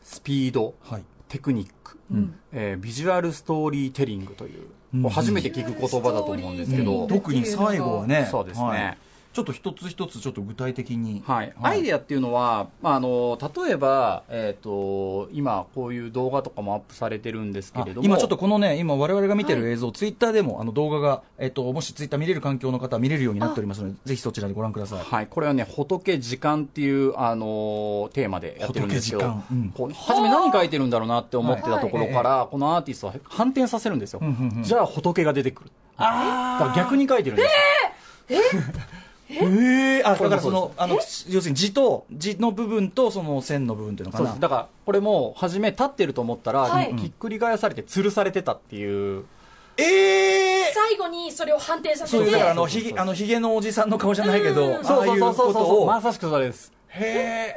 S5: スピード、
S2: はい
S5: テクニック、
S3: ん
S5: えービジュアルストーリーテリングという、
S2: うん
S5: これ初めて聞く言葉だと思うんですけ
S2: う
S5: ど
S2: ん、特に最後はね
S5: そうですね
S2: いちょっと一つ一つちょっと具体的に
S5: はい、
S2: は
S5: ア
S2: い
S5: イデアっていうのは、まあ、あの例えば、えー、と今、こういう動画とかもアップされてるんですけ
S2: あ
S5: れども、
S2: 今ちょっとこのね今我々が見てる映像、ツイッターでもあの動画が、えっと、もしツイッター見れる環境の方は見れるようになっておりますのでぜひそちらでご覧ください
S5: はい、これはね「仏時間」っていう、あのーテーマでやってるんですけど
S2: 仏時間うん
S5: こう初め何書いてるんだろうなって思ってたところから、このアーティストは反転させるんですよ、
S2: んうんうん
S5: じゃあ仏が出てくるあだから逆に書いてるんですよ、
S2: ええあ
S5: こ
S2: だ
S5: れ
S2: か
S5: も
S2: ら
S5: そ
S2: そ
S5: です
S2: うのあの要するに字と字の部分とその線の部分っていうのか
S5: そう
S2: な
S5: ですだからこれも初め立ってると思ったら、
S3: はい
S5: ひっくり返されて吊るされてたっていう
S2: ええ
S3: 最後にそれを反転させ
S2: そうです
S3: て
S2: だからあ
S5: そ
S2: の
S5: うそう
S2: ひ
S5: そう
S2: げあのひげのおじさんの顔じゃないけど、あ
S5: そう
S2: あい
S5: そう
S2: う
S5: そ
S2: こ
S5: うそうそう
S2: とを
S5: まさしくそれです
S2: へえ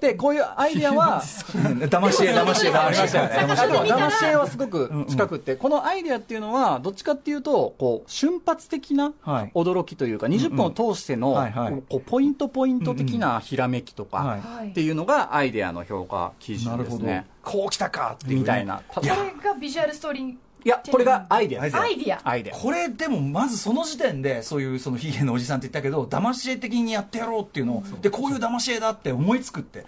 S5: でこういうアイデア [LAUGHS] は
S2: 騙し絵騙し絵が
S5: あ
S2: あ
S5: り
S2: り
S5: ま
S2: ま
S5: し
S2: したた
S5: よ
S2: よ
S5: ねあ
S2: ね騙し絵
S5: とは
S3: 見たら
S5: 騙し絵はすごく近くって、このアイデアっていうのはどっちかっていうとこう瞬発的な
S2: はい
S5: 驚きというか、20分を通しての、
S2: はいはい
S5: こうポイントポイント的なひらめきとか、
S2: はい
S3: はい
S5: っていうのがアイデアの評価基
S2: な
S5: 準
S2: る
S5: で
S2: ほ
S5: す
S2: ど
S5: ね
S2: こうきたかっていうね
S5: みたいなた
S3: これがビジュアルストーリー
S5: いやこれがアイデアです
S3: アイデア
S5: アイデア
S2: これでもまずその時点でそういうそのヒゲのおじさんって言ったけど騙し絵的にやってやろうっていうのを、でこういう騙し絵だって思いつくって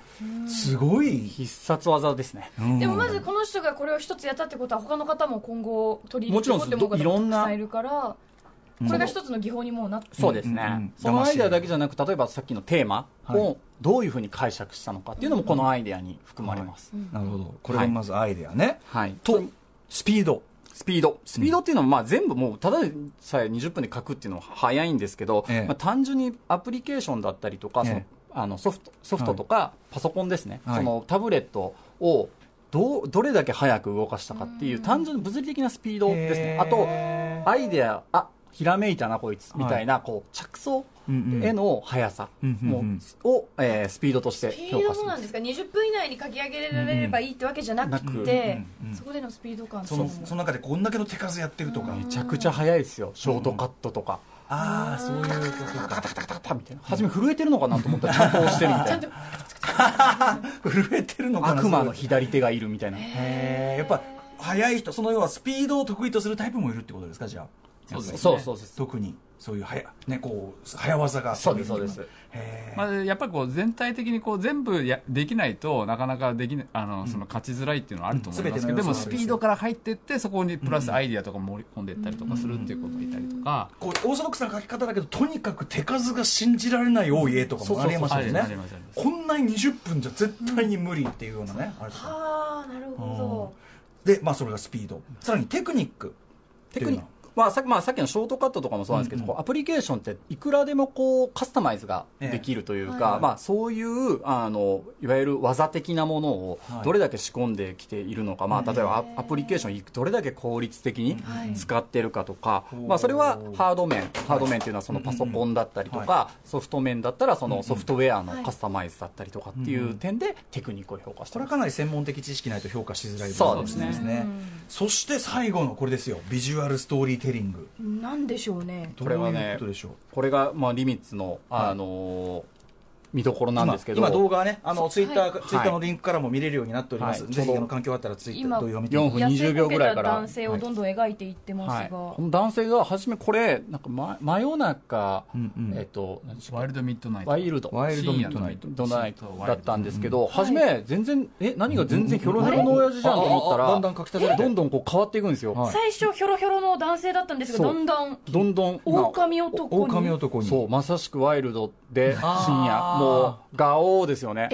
S2: すごい、
S5: 必殺技ですね
S2: うん
S3: でもまずこの人がこれを一つやったってことは他の方も今後取り入
S5: も
S3: れ
S5: ち
S3: て
S5: ろん
S3: こうって思う方も
S5: いろん
S3: たく
S5: な
S3: さんいるからこれが一つの技法にもうなって
S5: そうですね、
S2: うんうん
S5: そのアイデアだけじゃなく例えばさっきのテーマをどういうふうに解釈したのかっていうのもこのアイデアに含まれます、
S2: なるほどこれがまずアイデアね、
S5: はい
S2: とスピード
S5: スピードスピードっていうのはまあ全部もうただでさえ20分で書くっていうのは早いんですけど、
S2: ええ
S5: まあ、単純にアプリケーションだったりとか、その
S2: え
S5: あのソフトソフトとかパソコンですね、
S2: はい
S5: そのタブレットをどうどれだけ早く動かしたかっていう単純な物理的なスピードですねあとアイデアあひらめいたなこいつみたいな、こう着想
S2: うんうん
S5: への速さ
S2: うんうんう
S5: も
S2: ん
S5: を、えースピードとして
S3: スピ
S5: 評
S3: ード
S5: 価
S3: も
S5: しま
S3: なんですすか20分以内に書き上げられればいいってわけじゃなくて、
S2: うんうんうん
S3: そこでのスピード感
S2: そのその中でこんだけの手数やってるとか
S5: めちゃくちゃ速いですよショートカットとか、
S2: ああそういうことか
S5: タタタみたいな初め震えてるのかなと思ったらちゃんと押してるみたいな
S2: [LAUGHS] 震えてるのかな
S5: 悪魔
S2: そ
S5: の
S2: れ
S5: 左手がいるみたいな
S2: へえやっぱ速い人その要はスピードを得意とするタイプもいるってことですかじゃあ
S5: そうですね
S2: やっぱり
S5: そうそうそうそう
S2: 特にそういう早,、ね、こう早技が
S5: そうですそうです
S2: へえ、
S4: まあ、やっぱりこう全体的にこう全部やできないとなかなかできないあのその勝ちづらいっていうのはあると思います
S2: う
S4: けど、
S2: ん全ての要
S4: で
S2: 素
S4: も
S2: があ
S4: ス
S2: る
S4: ピードから入っていってそこにプラスアイディアとか盛り込んでいったりとかするっていうことがいたりとか、
S2: こうオーソドックスな書き方だけどとにかく手数が信じられない多い絵とか
S5: そう
S2: も
S5: そうそ
S2: あ
S5: う
S2: りえますよね
S4: ありますあります
S2: こんなに20分じゃ絶対に無理っていうようなね、あれとか
S3: ああなるほ
S2: でまあそれがスピードさらにテクニック
S5: テクニックまあさまあ、さっきのショートカットとかもそうなんですけど、こうアプリケーションっていくらでもこうカスタマイズができるというか、
S3: ええはい
S5: まあ、そういうあのいわゆる技的なものをどれだけ仕込んできているのか、まあ、例えばアアプリケーションをどれだけ効率的に
S3: はい
S5: 使っているかとか、
S2: うん
S5: まあ、それはハード面ハード面というのはそのパソコンだったりとか、ソフト面だったらそのソフトウェアのカスタマイズだったりとかっていう点でテクニックを評価して
S2: これ
S5: ます
S2: はかなり専門的知識ないと評価しづらい部分かもしれない
S5: そう
S3: ですね
S2: そして最後のこれですよビジュアルストーリーテリング
S3: どなんでしょうね
S2: ど
S5: これは
S2: うい
S5: ね
S2: うことでしょう
S5: これが、まあ、リミッツの、あのー見どころなんですけど
S2: 今今動画はねあのツイッター、
S5: い
S2: ツイッターのリンクからも見れるようになっております、
S5: はい
S2: ぜひあの環境あったらツイッタ
S3: 今
S2: ー動画見て
S5: 4
S2: み
S5: 分
S2: て
S5: 20秒ぐらいから
S3: 痩せこけた男性をどんどん描いていってますが、
S5: この男性が初めこれなんか、ま、真夜中、
S2: うんうん
S5: えっと何でしたっ
S4: ワイルドミッドナ
S5: け
S4: イト
S5: ワイルド
S2: ワイルドミッドナイ
S5: ワイルドナイトだったんですけど、
S3: ドミッ
S5: 初
S3: ドナイト
S5: め全然え何が全然ヒョロヒョロの親父じゃんと思ったら、
S2: あああだんだん書き足されて
S5: どんどんこう変わっていくんですよ、
S2: はい
S3: 最初ひょろひょろの男性だったんですが
S5: そう
S3: だんだん
S5: どんどん
S3: 狼男に
S2: 狼男に
S5: そうまさしくワイルドで
S2: あー
S5: 深夜もうガオーですよね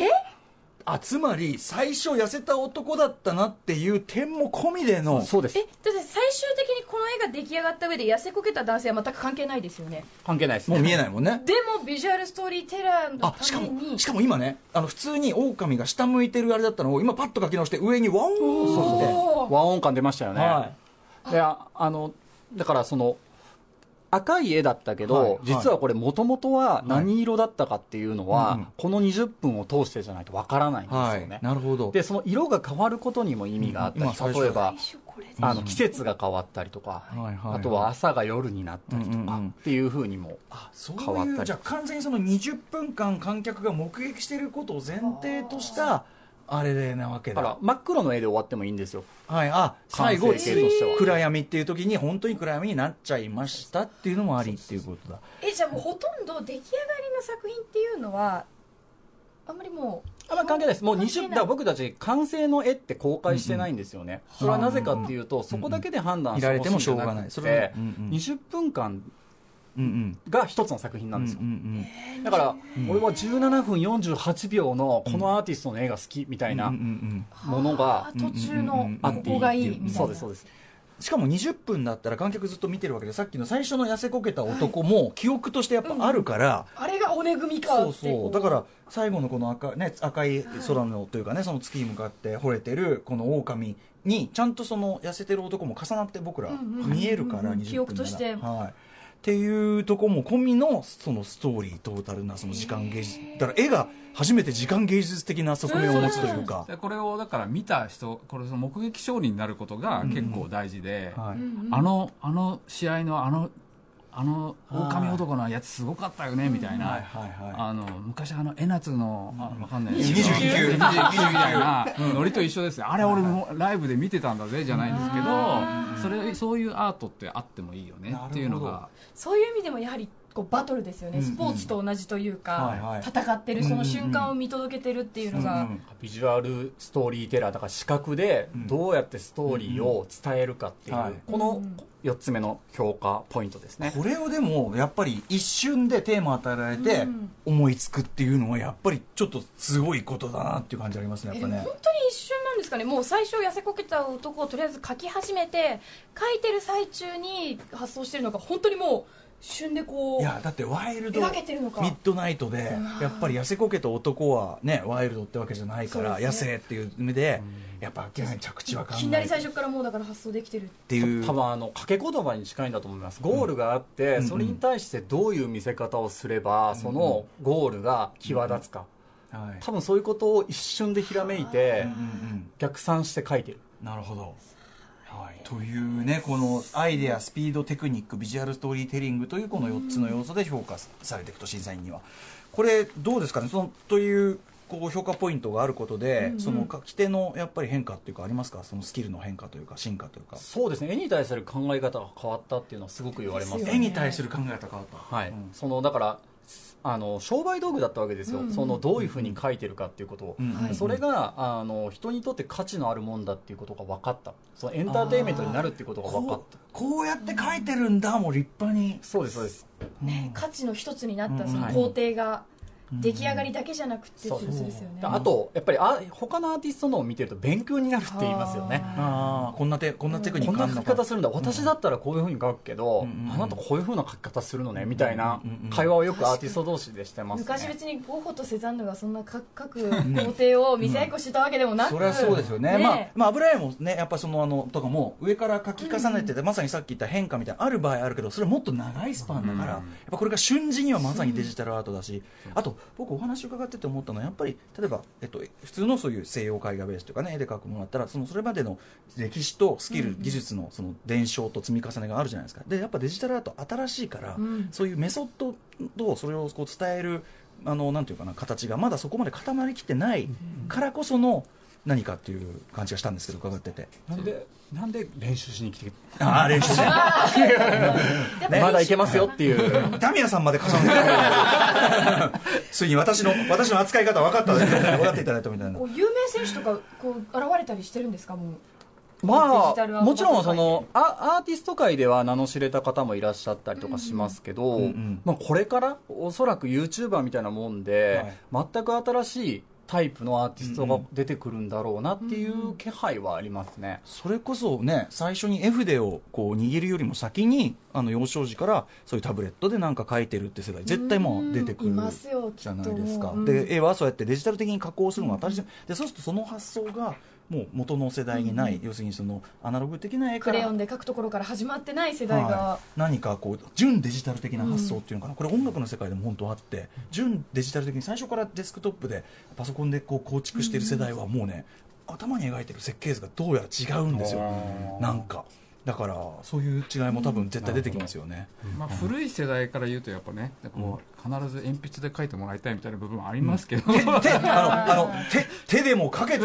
S2: あつまり最初痩せた男だったなっていう点も込みでの
S5: そうです
S3: えだって最終的にこの絵が出来上がった上で痩せこけた男性は全く関係ないですよね
S5: 関係ないです
S2: もう見えないもんね
S3: でもビジュアルストーリーテラーの
S2: あ
S3: た
S2: しか
S3: めに
S2: もしかも今ねあの普通に狼が下向いてるあれだったのを今パッと書き直して上にワオーン
S3: お
S2: そうそう
S3: ー
S5: 和音感出ましたよね、
S2: はい
S5: でああのだからその赤い絵だったけど、
S2: はいはい
S5: 実はこれもともとは何色だったかっていうのは、
S2: はいうんうん
S5: この20分を通してじゃないとわからないんですよ
S2: はい、
S5: ね、
S2: なるほど
S5: でその色が変わることにも意味があったり
S2: うん今最初
S5: 例えば
S3: 最初これで
S5: あの季節が変わったりとか、
S2: はいはい
S5: あとは朝が夜になったりと
S2: うんうんう
S5: か
S2: ん
S5: っていうふうにも、
S2: そ
S5: 変わ
S2: う
S5: っ
S2: い
S5: た
S2: う
S5: り
S2: じゃあ完全にその20分間観客が目撃していることを前提としたあれなわけ
S5: だから
S2: だ
S5: 真っ黒の絵で終わってもいいんですよ
S2: はいあ最後
S5: 完成形としては
S2: 暗闇っていう時に本当に暗闇になっちゃいましたっていうのもありっていうことだ
S3: えじゃあもうほとんど出来上がりの作品っていうのはあんまりも
S5: あ
S3: う
S5: んまり関係ないです、もう20
S3: 関係ない
S5: だから僕たち、完成の絵って公開してないんですよね、それはなぜかっていうと、そこだけで判断
S2: 見
S5: し
S2: ら
S5: てほし
S2: れて
S5: い
S2: も
S5: ん
S2: し
S5: じ
S2: ょう
S5: ゃな
S2: が
S5: く
S2: ない
S5: て
S2: それはうんうん
S5: 20分間
S2: うんうん
S5: が一つの作品なんですよ、
S2: うん
S5: だから、俺は17分48秒のこのアーティストの絵が好きみたい
S2: うんう
S5: なん
S2: うん
S5: もの
S3: あ
S5: が
S3: 途中
S2: うんうん
S3: の
S2: うん
S5: あ
S3: こ
S5: っていい
S3: こがいいみたいな
S5: そうですそうです
S2: しかも20分だったら観客ずっと見てるわけでさっきの最初の痩せこけた男も記憶としてやっぱあるから、
S3: あれが骨組みか
S2: そう
S3: ってこ
S2: そうだから最後のこの赤,、ね、赤い空のというかねその月に向かって惚れてるこの狼にちゃんとその痩せてる男も重なって僕ら
S3: うんうんうん
S2: 見えるから20分なら
S3: 記憶として
S2: はい、っていうとこも込みのそのストーリートータルなその時間芸術だから絵が初めて時間芸術的な側面を持つというか
S4: でこれをだから見た人これその目撃証人になることが結構大事で、
S2: はい
S4: あのあの試合のあのあの狼男のやつすごかったよねみたいな、
S2: はいはいはい
S4: あの昔あの江夏のあわかんない
S2: 29
S4: 29みたいなノリと一緒ですねあれ俺もライブで見てたんだぜじゃないですけどそれそういうアートってあってもいいよねっていうのが
S3: そういう意味でもやはりこうバトルですよね、
S2: うんうん
S3: スポーツと同じというか、
S2: はいはい
S3: 戦ってるその瞬間を見届けてるっていうのが、
S2: うん
S5: ビジュアルストーリーテラーだから視覚でどうやってストーリーを伝えるかっていう、
S2: うんうんはい
S5: この4つ目の評価ポイントですね
S2: これをでもやっぱり一瞬でテーマ与えられて
S3: うん
S2: 思いつくっていうのはやっぱりちょっとすごいことだなっていう感じありますねや
S3: え
S2: っ
S3: で
S2: ぱ
S3: も
S2: ね
S3: 本当に一瞬なんですかねもう最初痩せこけた男をとりあえず描き始めて描いてる最中に発想してるのが本当にもう旬でこう
S2: いやだってワイルドミ
S3: 描けてるのか
S2: ッドナイトでやっぱり痩せこけた男はねワイルドってわけじゃないから、
S3: そうで
S2: 痩
S3: す
S2: せっていう意味でやっぱ明らかに着地わか
S3: き
S2: んな
S3: な
S2: い
S3: り
S2: っ
S3: 最初からもうだから発想できてる
S2: ていう
S5: 多分あの掛け言葉に近いんだと思いますゴールがあって、
S2: うん
S5: それに対してどういう見せ方をすれば、そのゴールが際立つか、
S2: はい
S5: 多分そういうことを一瞬でひらめいて、
S2: うんうん
S5: 逆算して書いてる
S2: なるほど、はい、というねこのアイデアスピードテクニックビジュアルストーリーテリングというこの4つの要素で評価されていくと審査員にはこれどうですかねそのというこう評価ポイントがあることで、その書き手のやっぱり変化っていうかありますかそのスキルの変化というか進化というか
S5: そうですね絵に対する考え方が変わったっていうのはすごく言われます
S3: ですよ
S2: 絵
S3: ね
S2: に対する考え方変わった
S5: はい
S2: うん
S5: そのだからあの商売道具だったわけですよ、
S3: うん
S5: そのどういうふうに書いてるかっていうことを、
S2: うん
S3: はい
S5: それがあの人にとって価値のあるもんだっていうことが分かったそのエンターテインメントになるっていうことが分かっ
S2: こう
S5: た
S2: こうやって書いてるんだもう立派に、
S5: そうですそうです
S2: ね
S3: 価値の一つになった
S2: うん
S3: その
S5: はい
S3: 工程が出来上がりだけじゃなくてって
S5: そ
S3: こ
S5: う
S3: と
S5: で
S3: です
S5: す
S3: よね
S5: であとやっぱりあ他のアーティストのを見てると勉強になるって言いますよね
S3: あ
S2: ああこんな手こんなテクニッ
S5: こん
S2: クあ
S5: なん書
S2: の
S5: き
S2: か
S5: 方するんだ私だったらこういうふうに書くけど、
S2: うんうんうん
S5: あなたこういうふうな書き方するのねみたいな
S2: うんうんうん
S5: 会話をよくアーティスト同士でしてますね
S3: 昔別にゴッホとセザンヌがそんなか [LAUGHS] 書く工程を見せ合いっこしてたわけでもなく、
S2: そりゃそうですよね
S3: ね
S2: まあ、まあ、油絵もねやっぱそのあのとかも上から書き重ねてて、まさにさっき言った変化みたいなのある場合あるけどそれはもっと長いスパンだから、
S5: うん
S2: やっぱこれが瞬時にはまさにデジタルアートだし、あと僕お話伺ってて思ったのはやっぱり例えば、えっと、普通のそういう西洋絵画ベースというかね絵で描くものだったらそのそれまでの歴史とスキル、技術のその伝承と積み重ねがあるじゃないですかでやっぱデジタルアート新しいから、
S3: うん
S2: そういうメソッドとそれをこう伝えるあのなんていうかな形がまだそこまで固まりきってないからこその何かっていう感じがしたんですけど伺ってて
S5: なんでなんで練習しに来て
S2: ああ練習ねね
S5: まだいけますよっていう
S2: ダミアさんまで重ねてついに私の私の扱い方分かったね分かっていただいたみたいな
S3: こう有名選手とかこう現れたりしてるんですかもうデ
S5: ま
S3: ジタルアー
S5: あ
S3: ト
S5: もちろんそのあアーティスト界では名の知れた方もいらっしゃったりとかしますけど、
S2: うんうん
S5: まあ、これからおそらく YouTuber みたいなもんで、全く新しいタイプのアーティストが出てくるんだろうなっていう気配はありますね、
S2: それこそね最初に絵筆をこう握るよりも先にあの幼少時からそういうタブレットで何か描いてるって世代絶対もう出てくる
S3: いますよきっ
S2: じ
S3: と
S2: ゃないですか、
S3: もううん
S2: で絵はそうやってデジタル的に加工するのが当たり前、でそうするとその発想がもう元の世代にない、要するにそのアナログ的な絵か
S3: クレヨ
S2: ら
S3: ンで書くところから始まってない世代が
S2: は、い何かこう純デジタル的な発想っていうのかな、これ音楽の世界でも本当あって純デジタル的に最初からデスクトップでパソコンでこう構築している世代はもうね、頭に描いてる設計図がどうやら違うんですよ、
S5: うん
S2: なんかだからそういう違いも多分絶対出てきますよね、
S4: まあ、古い世代から言うとやっぱねこう必ず鉛筆で書いてもらいたいみたいな部分はありますけど、
S2: [LAUGHS] 手あのあの手手でもかけ [LAUGHS] て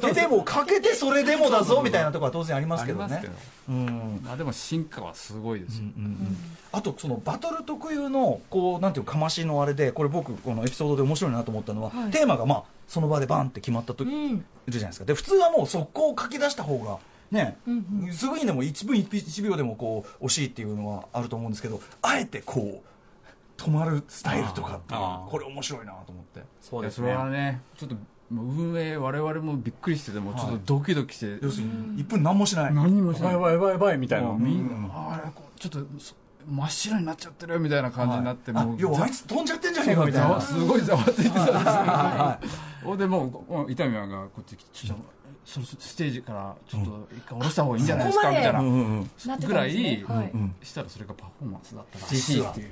S2: 手でもかけてそれでもだぞみたいなところは当然あります
S4: あ
S2: け
S4: り
S2: ど
S4: ます
S2: ね
S4: けど、
S2: うんうん
S4: まあ、でも進化はすごいです
S2: う
S4: よ、
S2: んあとそのバトル特有のこうなんていうかましのあれでこれ僕このエピソードで面白いなと思ったのは、
S3: はい
S2: テーマがまあその場でバンって決まったと
S3: う
S2: いる
S3: ん、
S2: じゃないですかで普通はもう速攻を書き出した方がね、
S3: うんうん
S2: すぐにでも1分1秒でもこう惜しいっていうのはあると思うんですけどあえてこう止まるスタイルとかっていう
S5: あー
S2: これ面白いなと思って。
S5: そう
S4: いや
S5: です
S4: それ
S5: ね
S4: はねちょっともう運営我々もびっくりしててもうちょっとドキドキして、
S2: 要するに1分何もしない、
S4: 何もしな
S5: や
S4: い
S5: ばいやばいやばいみたいな、
S4: もうみんなあれこうちょっとそ真っ白になっちゃってるみたいな感じになって、
S2: はい
S4: も
S2: あ
S4: う
S2: 要はあいつ飛んじゃってんじゃねえかみたい
S4: ざ
S2: な
S4: わすごいざわついてたんですよ
S2: は
S4: ほんでもうこう伊丹がこっち来てちょっとそのステージからちょっと一回下ろした方がいいんじゃないですか
S3: うん
S4: みたい
S2: い
S4: な
S2: うんうんうん
S3: なってた
S4: ぐ
S3: ん
S4: ら
S3: で
S4: い
S3: すねはい
S2: うん
S4: したらそれがパフォーマンスだったら
S2: 実は
S4: っていう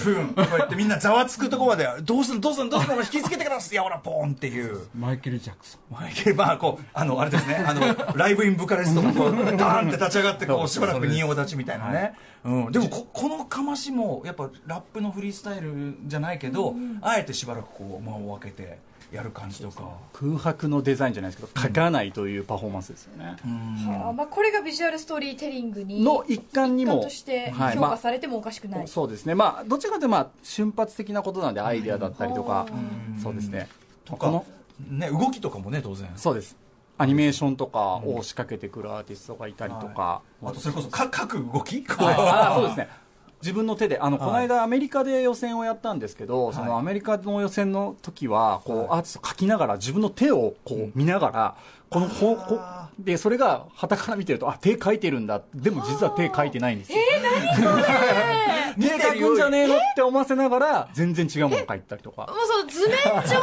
S2: 1分こうやってみんなざわつくとこまでどうするどうするどうするの引きつけてからいやほらポーンっていう
S4: マイケル・ジャクソン
S2: マイケルまあこうあのあれですねあのライブインブカレストがこうダーンって立ち上がってこうしばらく仁王立ちみたいなね、うん、でもここのかましもやっぱラップのフリースタイルじゃないけど、あえてしばらくこう間を空けてやる感じとか。
S5: 空白のデザインじゃないですけど書かないというパフォーマンスですよね、
S3: はあまあ、これがビジュアルストーリーテリングに
S5: の一環に
S3: 一
S5: も
S3: 環として
S5: はい
S3: 評
S5: まあ
S3: 価されてもおかしくない、
S5: そうですね、まあ、どちらかというと、まあ、瞬発的なことなんで、アイデアだったりとか、そうですね、
S2: と
S5: こ
S2: か
S5: の、
S2: ね、動きとかもね当然
S5: そうです、アニメーションとかを仕掛けてくるアーティストがいたりとか、
S2: あとそれこそか書く動き
S5: はい
S2: こう
S5: あそうですね。自分の手であの
S2: は
S5: こ
S2: い
S5: の間アメリカで予選をやったんですけど、そのアメリカの予選の時はこう、アーティスト書きながら自分の手をこう見ながらこのこうこうでそれが旗から見てるとあ手書いてるんだでも実は手書いてないんですよ [LAUGHS] 手書くんじゃねえのって思わせながら全然違うもの書いてたりとか
S3: もうその図面上で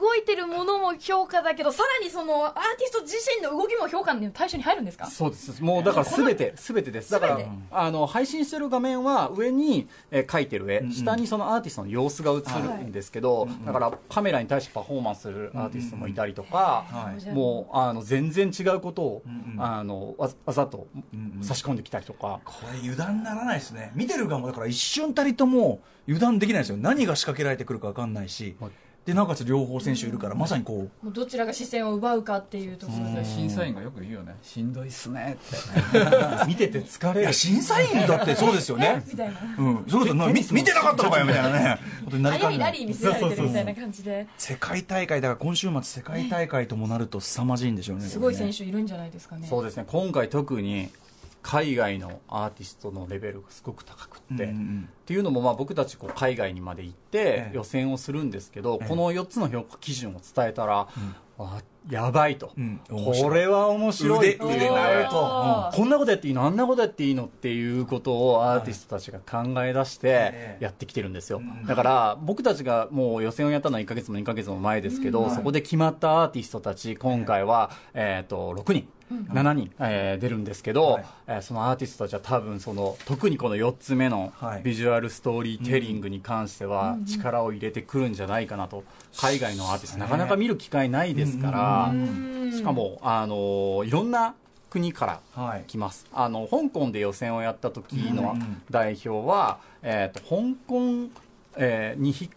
S3: 動いてるものも評価だけど、さらにそのアーティスト自身の動きも評価の対象に入るんですか
S5: そうですもうだから全て全てですだからあの配信してる画面は上に、えー描いてる絵、下にそのアーティストの様子が映るんですけど、だからカメラに対してパフォーマンスするアーティストもいたりとか、
S2: はい
S5: もうあの全然違うことを、
S2: うんうん
S5: あのわわざと
S2: んうん
S5: 差し込んできたりとか、
S2: これ油断ならないですね見てる側もだから一瞬たりとも油断できないですよ何が仕掛けられてくるか分かんないし、
S5: はい
S2: でなおかつ両方選手いるからまさにこう
S3: もうどちらが視線を奪うかっていうところで
S4: 審査員がよく言うよねしんどいっすねって
S5: 見てて疲
S2: い
S5: れ
S2: や
S5: る
S2: 審査員だってそうですよ
S3: [LAUGHS]
S2: ね
S3: みたいな
S2: うんそうだな見見てなかったのかよみたいなねことになりか
S3: 早
S2: ね
S3: い
S2: な
S3: ラ
S2: い
S3: リー見せられてるみたいな感じで
S2: 世界大会だから今週末世界大会ともなると凄まじいんでしょうね
S3: すごい選
S2: こ
S3: 手いるんじゃないですかね
S5: そうですね今回特に海外のアーティストのレベルがすごく高くって、
S2: れねうんうん
S5: っていうのもまあ僕たちこう海外にまで行っ
S2: え
S5: て
S2: え
S5: 予選をするんですけど、
S2: ええ
S5: この4つの評価基準を伝えたら、あやばいと、
S2: うん面白い
S5: これは面白いって
S2: 腕
S5: なると、
S3: おー
S5: うんこんなことやっていいのあんなことやっていいのっていうことをアーティストたちが考え出し
S2: え
S5: て
S2: え
S5: やってきてるんですよ、
S2: ん
S5: だから僕たちがもう予選をやったのは1か月も2か月も前ですけど、
S2: はい
S5: そこで決まったアーティストたち今回は、えー、と6人。7人、えー出るんですけど、
S2: はい
S5: えーそのアーティストたちは多分その特にこの4つ目の
S2: はい
S5: ビジュアルストーリーテリングに関しては力を入れてくるんじゃないかなと海外のアーティストなかなか見る機会ないですからしかも、あのーいろんな国から
S2: はい
S5: 来ますあの香港で予選をやった時
S2: う
S5: の
S2: んうん
S5: 代表は、えー、と香港、えーにひ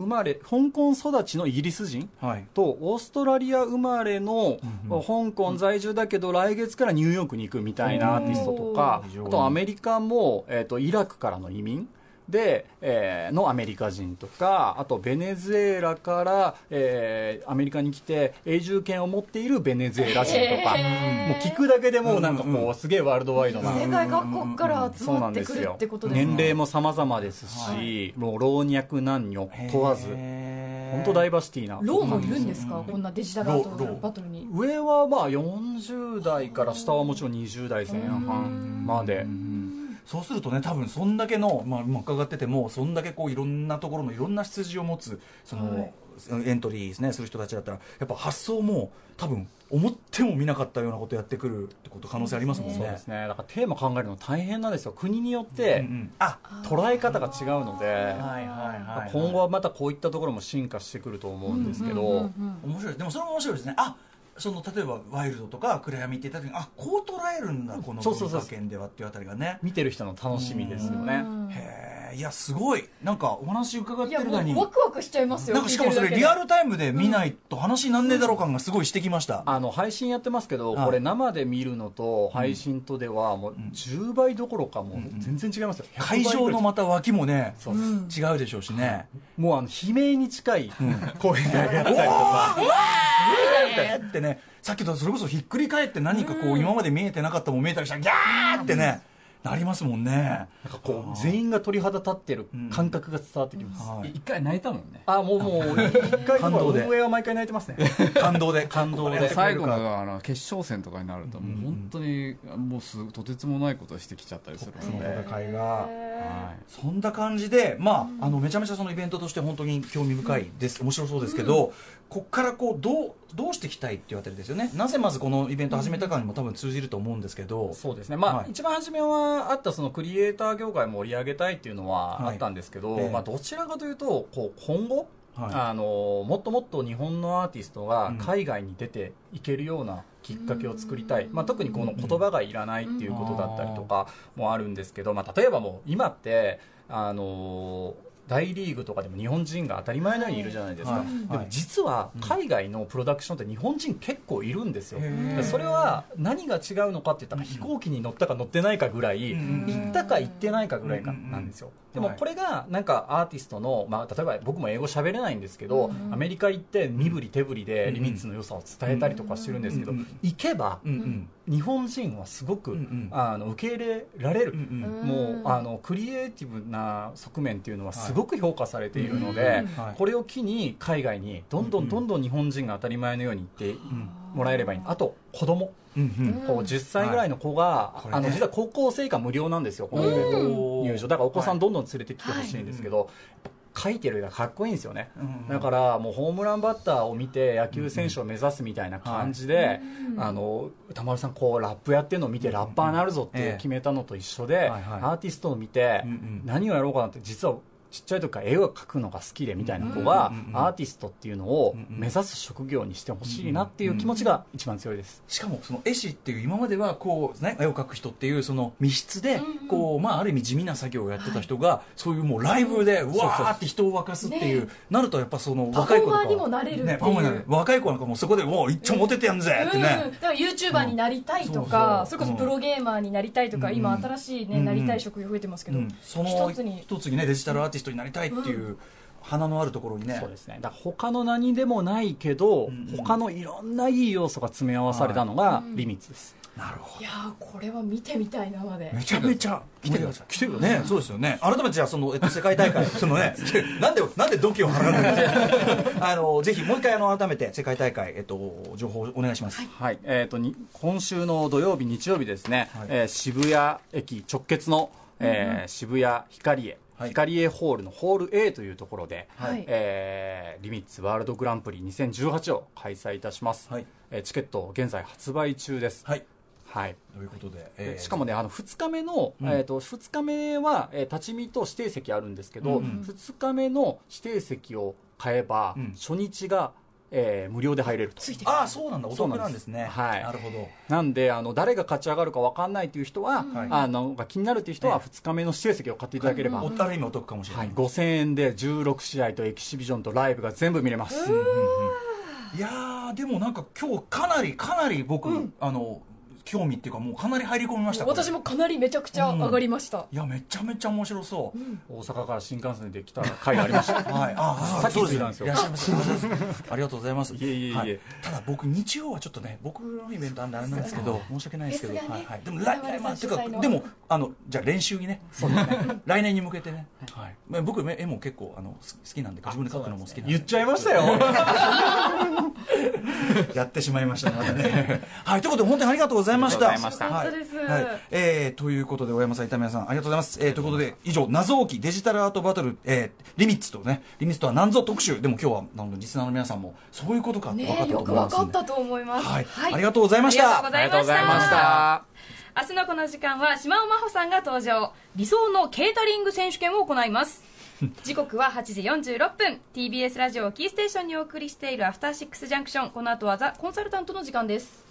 S5: 生まれ香港育ちのイギリス人
S2: はい
S5: とオーストラリア生まれの香港在住だけど来月からニューヨークに行くみたいなアーティストとか
S2: うん
S5: あとアメリカも、えー、とイラクからの移民で、えーのアメリカ人とかあとベネズエラから、えーアメリカに来て永住権を持っているベネズエラ人と
S2: [LAUGHS]
S5: か、
S3: へー
S5: もう聞くだけでもうなんかこう、すげえワールドワイドな。
S3: 世界各国から集まってくるってことですね
S5: 年齢も様々ですし、もう老若男女問わず、本
S2: 本
S5: 当ダイバーシティな。
S3: ローもいるんですか、こんなデジタルアートバトルに。
S5: 上はまあ40代から下はもちろん20代前半まで
S2: そうするとね多分そんだけの、まあ、今伺っててもそんだけこういろんなところのいろんな出自を持つその、エントリー、ね、する人たちだったらやっぱ発想も多分思っても見なかったようなことやってくるってこと可能性ありますもんね。
S5: そうですねだからテーマ考えるの大変なんですよ国によって
S2: うんうんあ
S5: 捉え方が違うので
S2: いはい
S5: 今後はまたこういったところも進化してくると思うんですけど
S2: 面白いでもそれも面白いですねあその例えばワイルドとか暗闇って言った時にあこう捉えるんだこの
S5: そうそう
S2: 文
S5: そう
S2: 化圏ではっていうあたりがね
S5: 見てる人の楽しみですよね
S2: へえいやすごいなんかお話伺っ
S3: い
S2: て
S3: や、
S2: る間に
S3: もうワクワクしちゃいますよ。
S2: なんかしかもそれ
S3: 聞いて
S2: リ
S3: るだ
S2: アルタイムで見ないと話になんねえだろう感がすごいしてきました、
S5: あの配信やってますけど
S2: はい
S5: これ生で見るのと配信とではもう10倍どころかもう全然違いますよ100倍
S2: 会
S5: ぐらい
S2: 場のまた脇もね
S5: そうです
S2: 違うでしょうしね
S5: もうあの悲鳴に近い声がやったりとか
S2: えーってねさっきとそれこそひっくり返って何かこう今まで見えてなかったもん見えたりしたらギャーってねなりますもんね
S5: なんかこう全員が鳥肌立ってる感覚が伝わってきます、
S2: はい
S4: 一回泣いたもんね
S5: あもう
S2: [LAUGHS]
S5: もう一回
S2: 感動で
S5: 運営は毎回泣いてますね
S2: 感動で感動
S4: で最後のあの決勝戦とかになるともう本当にもうすとてつもないことをしてきちゃったりするので、
S2: 戦いが
S4: は
S2: そんな感じで、まあ、あのめちゃめちゃそのイベントとして本当に興味深いです、面白そうですけど、ここからこうどうどうしていきたいっていうあたりですよね、なぜまずこのイベント始めたかにも多分通じると思うんですけど、
S5: そうですねまあ、
S2: はい
S5: 一番初めはあったそのクリエイター業界を盛り上げたいっていうのは
S2: は
S5: あ
S2: い
S5: ったんですけど、
S2: ええ
S5: まあ、どちらかというとこう今後、
S2: はい
S5: あのもっともっと日本のアーティストが
S2: うん
S5: 海外に出ていけるようなきっかけを作りたい、まあ、特にこの言葉がいらないっていうことだったりとかもあるんですけど、まあ、例えばもう今ってあの大リーグとかでも日本人が当たり前のようにいるじゃないですか、
S2: はいはい
S5: でも実は海外のプロダクションって日本人結構いるんですよ、
S2: へー
S5: でそれは何が違うのかって言ったら飛行機に乗ったか乗ってないかぐらい、
S2: うん
S5: 行ったか行ってないかぐらいかなんですよ、
S2: うん
S5: でもこれがなんかアーティストの、まあ、例えば僕も英語喋れないんですけど、アメリカ行って身振り手振りでリミッツの良さを伝えたりとかしてるんですけど、
S2: うんうん
S5: 行けば
S2: うんうん
S6: 日本人はすごく、
S2: うんうん
S6: あの受け入れられる、
S2: うんうん
S3: うん
S6: もうあのクリエイティブな側面っていうのはすごく評価されているので、
S2: うんはい
S6: これを機に海外にどんどんどんどん日本人が当たり前のように行ってもらえればいいあと子供
S2: うんうん
S6: こう10歳ぐらいの子が、
S2: はいこれね
S6: あの実は高校生以下無料なんですよ、この入場だからお子さんどんどん連れてきてほしいんですけど、書いてる絵がかっこいいんですよね、
S2: うん
S6: だからもうホームランバッターを見て野球選手を目指すみたいな感じで、あの歌丸さんこうラップやってるのを見てラッパーになるぞっ
S2: ええ
S6: て決めたのと一緒で、
S2: はいはい
S6: アーティストを見て
S2: うんうん
S6: 何をやろうかなって実はちっちゃい時から絵を描くのが好きでみたいな子が
S2: うんうんうん
S6: アーティストっていうのを
S2: うんうん
S6: 目指す職業にしてほしいなっていう気持ちが一番強いです。
S2: しかもその絵師っていう今まではこう、ね、絵を描く人っていうその密室で
S3: うんうん
S2: こう、まあ、ある意味地味な作業をやってた人が、そういうもうライブでうわーって人を沸かすっていう、
S3: ね
S2: なるとやっぱその
S3: パ
S2: 若
S3: フ
S2: い
S3: ォ
S2: 子
S3: ー
S2: と
S3: マ
S2: か
S3: ーにもなれるってい
S2: ね
S3: う、
S2: パフォーマーになる若い子なんかもうそこでもう一丁モテてやんぜって
S3: うん、
S2: ね、
S3: だから YouTuber になりたいと
S2: う
S3: か
S2: ん、
S3: それこそプロゲーマーになりたいとか、
S2: うん
S3: 今新しいね、
S2: うん
S3: なりたい職業増えてますけ
S2: う
S3: ど、
S2: んその
S3: 一つに
S2: 一つにねデジタルアーティストになりたいっていう、花のあるところにね
S6: そうですね、だから他の何でもないけど、
S2: んうん
S6: 他のいろんないい要素が詰め合わされたのがリミッツです、
S2: なるほ
S3: いやーこれは見てみたいなまで
S2: どめちゃめちゃ来てください来てくださいねそうですよね改めてじゃあその、えっと、世界大会 [LAUGHS] そのねなんでなんで度胸を払うんだよ [LAUGHS] あのぜひもう一回あの改めて世界大会えっと情報をお願いします、
S5: はい、えー、とに今週の土曜日、日曜日ですね、
S2: はい
S5: えー渋谷駅直結の、えー渋谷光栄、
S2: はい
S5: 光栄ホールのホール A というところで、
S3: はい
S5: えーリミッツワールドグランプリ2018を開催いたします、
S2: はい
S5: えーチケット、現在発売中です。
S2: はい
S5: はい
S2: ということで、
S5: え
S2: え
S5: ー
S2: ー
S5: しかもねあの2日目の、
S2: うん
S5: えー、と2日目は、えー立ち見と指定席あるんですけど、
S2: うんうん
S5: 2日目の指定席を買えば、
S2: うん
S5: 初日が、えー無料で入れると
S3: ついてる
S2: ああそうなんだお得なんですね
S5: そうなんですはい
S2: なるほど
S5: なんであの誰が勝ち上がるか分かんないという人は、
S2: はい
S5: あの気になるという人
S2: え
S5: は
S2: え
S5: 2日目の指定席を買っていただければ、
S2: おある意味お得かもしれな、
S5: はいい、5000円で16試合とエキシビジョンとライブが全部見れます、
S2: いやーでもなんか今日かなりかなり僕、あの興味っていうかもうかなり入り込みましたこれ
S3: 私もかなりめちゃくちゃ上がりました、
S2: いやめちゃめちゃ面白そう、
S5: 大阪から新幹線で来た回がありました
S2: [LAUGHS] はいあ
S5: さっき
S2: そう
S5: 着いたんですよ
S2: いらっしゃいませありがとうございます
S5: えいえいえ
S2: はいただ僕日曜はちょっとね僕のイベントなんであれなんですけど申し訳ないですけど
S3: ですがね
S2: はいはい、でも
S3: 我
S2: 来
S3: 々
S2: 来まあて
S3: 主
S2: いうか
S3: 催の
S2: でもあのじゃあ練習にね [LAUGHS] 来年に向けてね、はいまあ、僕ね絵も結構あの好き好きなんで自分で描くのも好きなんで
S5: 言っちゃいましたよ
S2: やってしまいましたね。 [LAUGHS] はい、ということで本当にありがとうございました。
S5: ありがとうござい
S3: ました
S2: はい
S3: よかったです
S2: はいえーということで大山さん、板宮さんありがとうございます。えーということで以上謎置きデジタルアートバトル、えーリミッツとねリミッツとは何ぞ特集でも今日はあのリスナーの皆さんもそういうことかって分か
S3: ね
S2: っ
S3: え
S2: たと
S3: よく
S2: 思いま
S3: 分
S2: す
S3: か
S2: ん
S3: っ
S2: で
S3: たと思います、
S2: はいありがとうございました
S3: ありがとうございました
S5: た
S3: 明日のこの時間は島尾真帆さんが登場理想のケータリング選手権を行います時刻は8時46分 TBS ラジオをキーステーションにお送りしているアフターシックスジャンクションこの後はザ・コンサルタントの時間です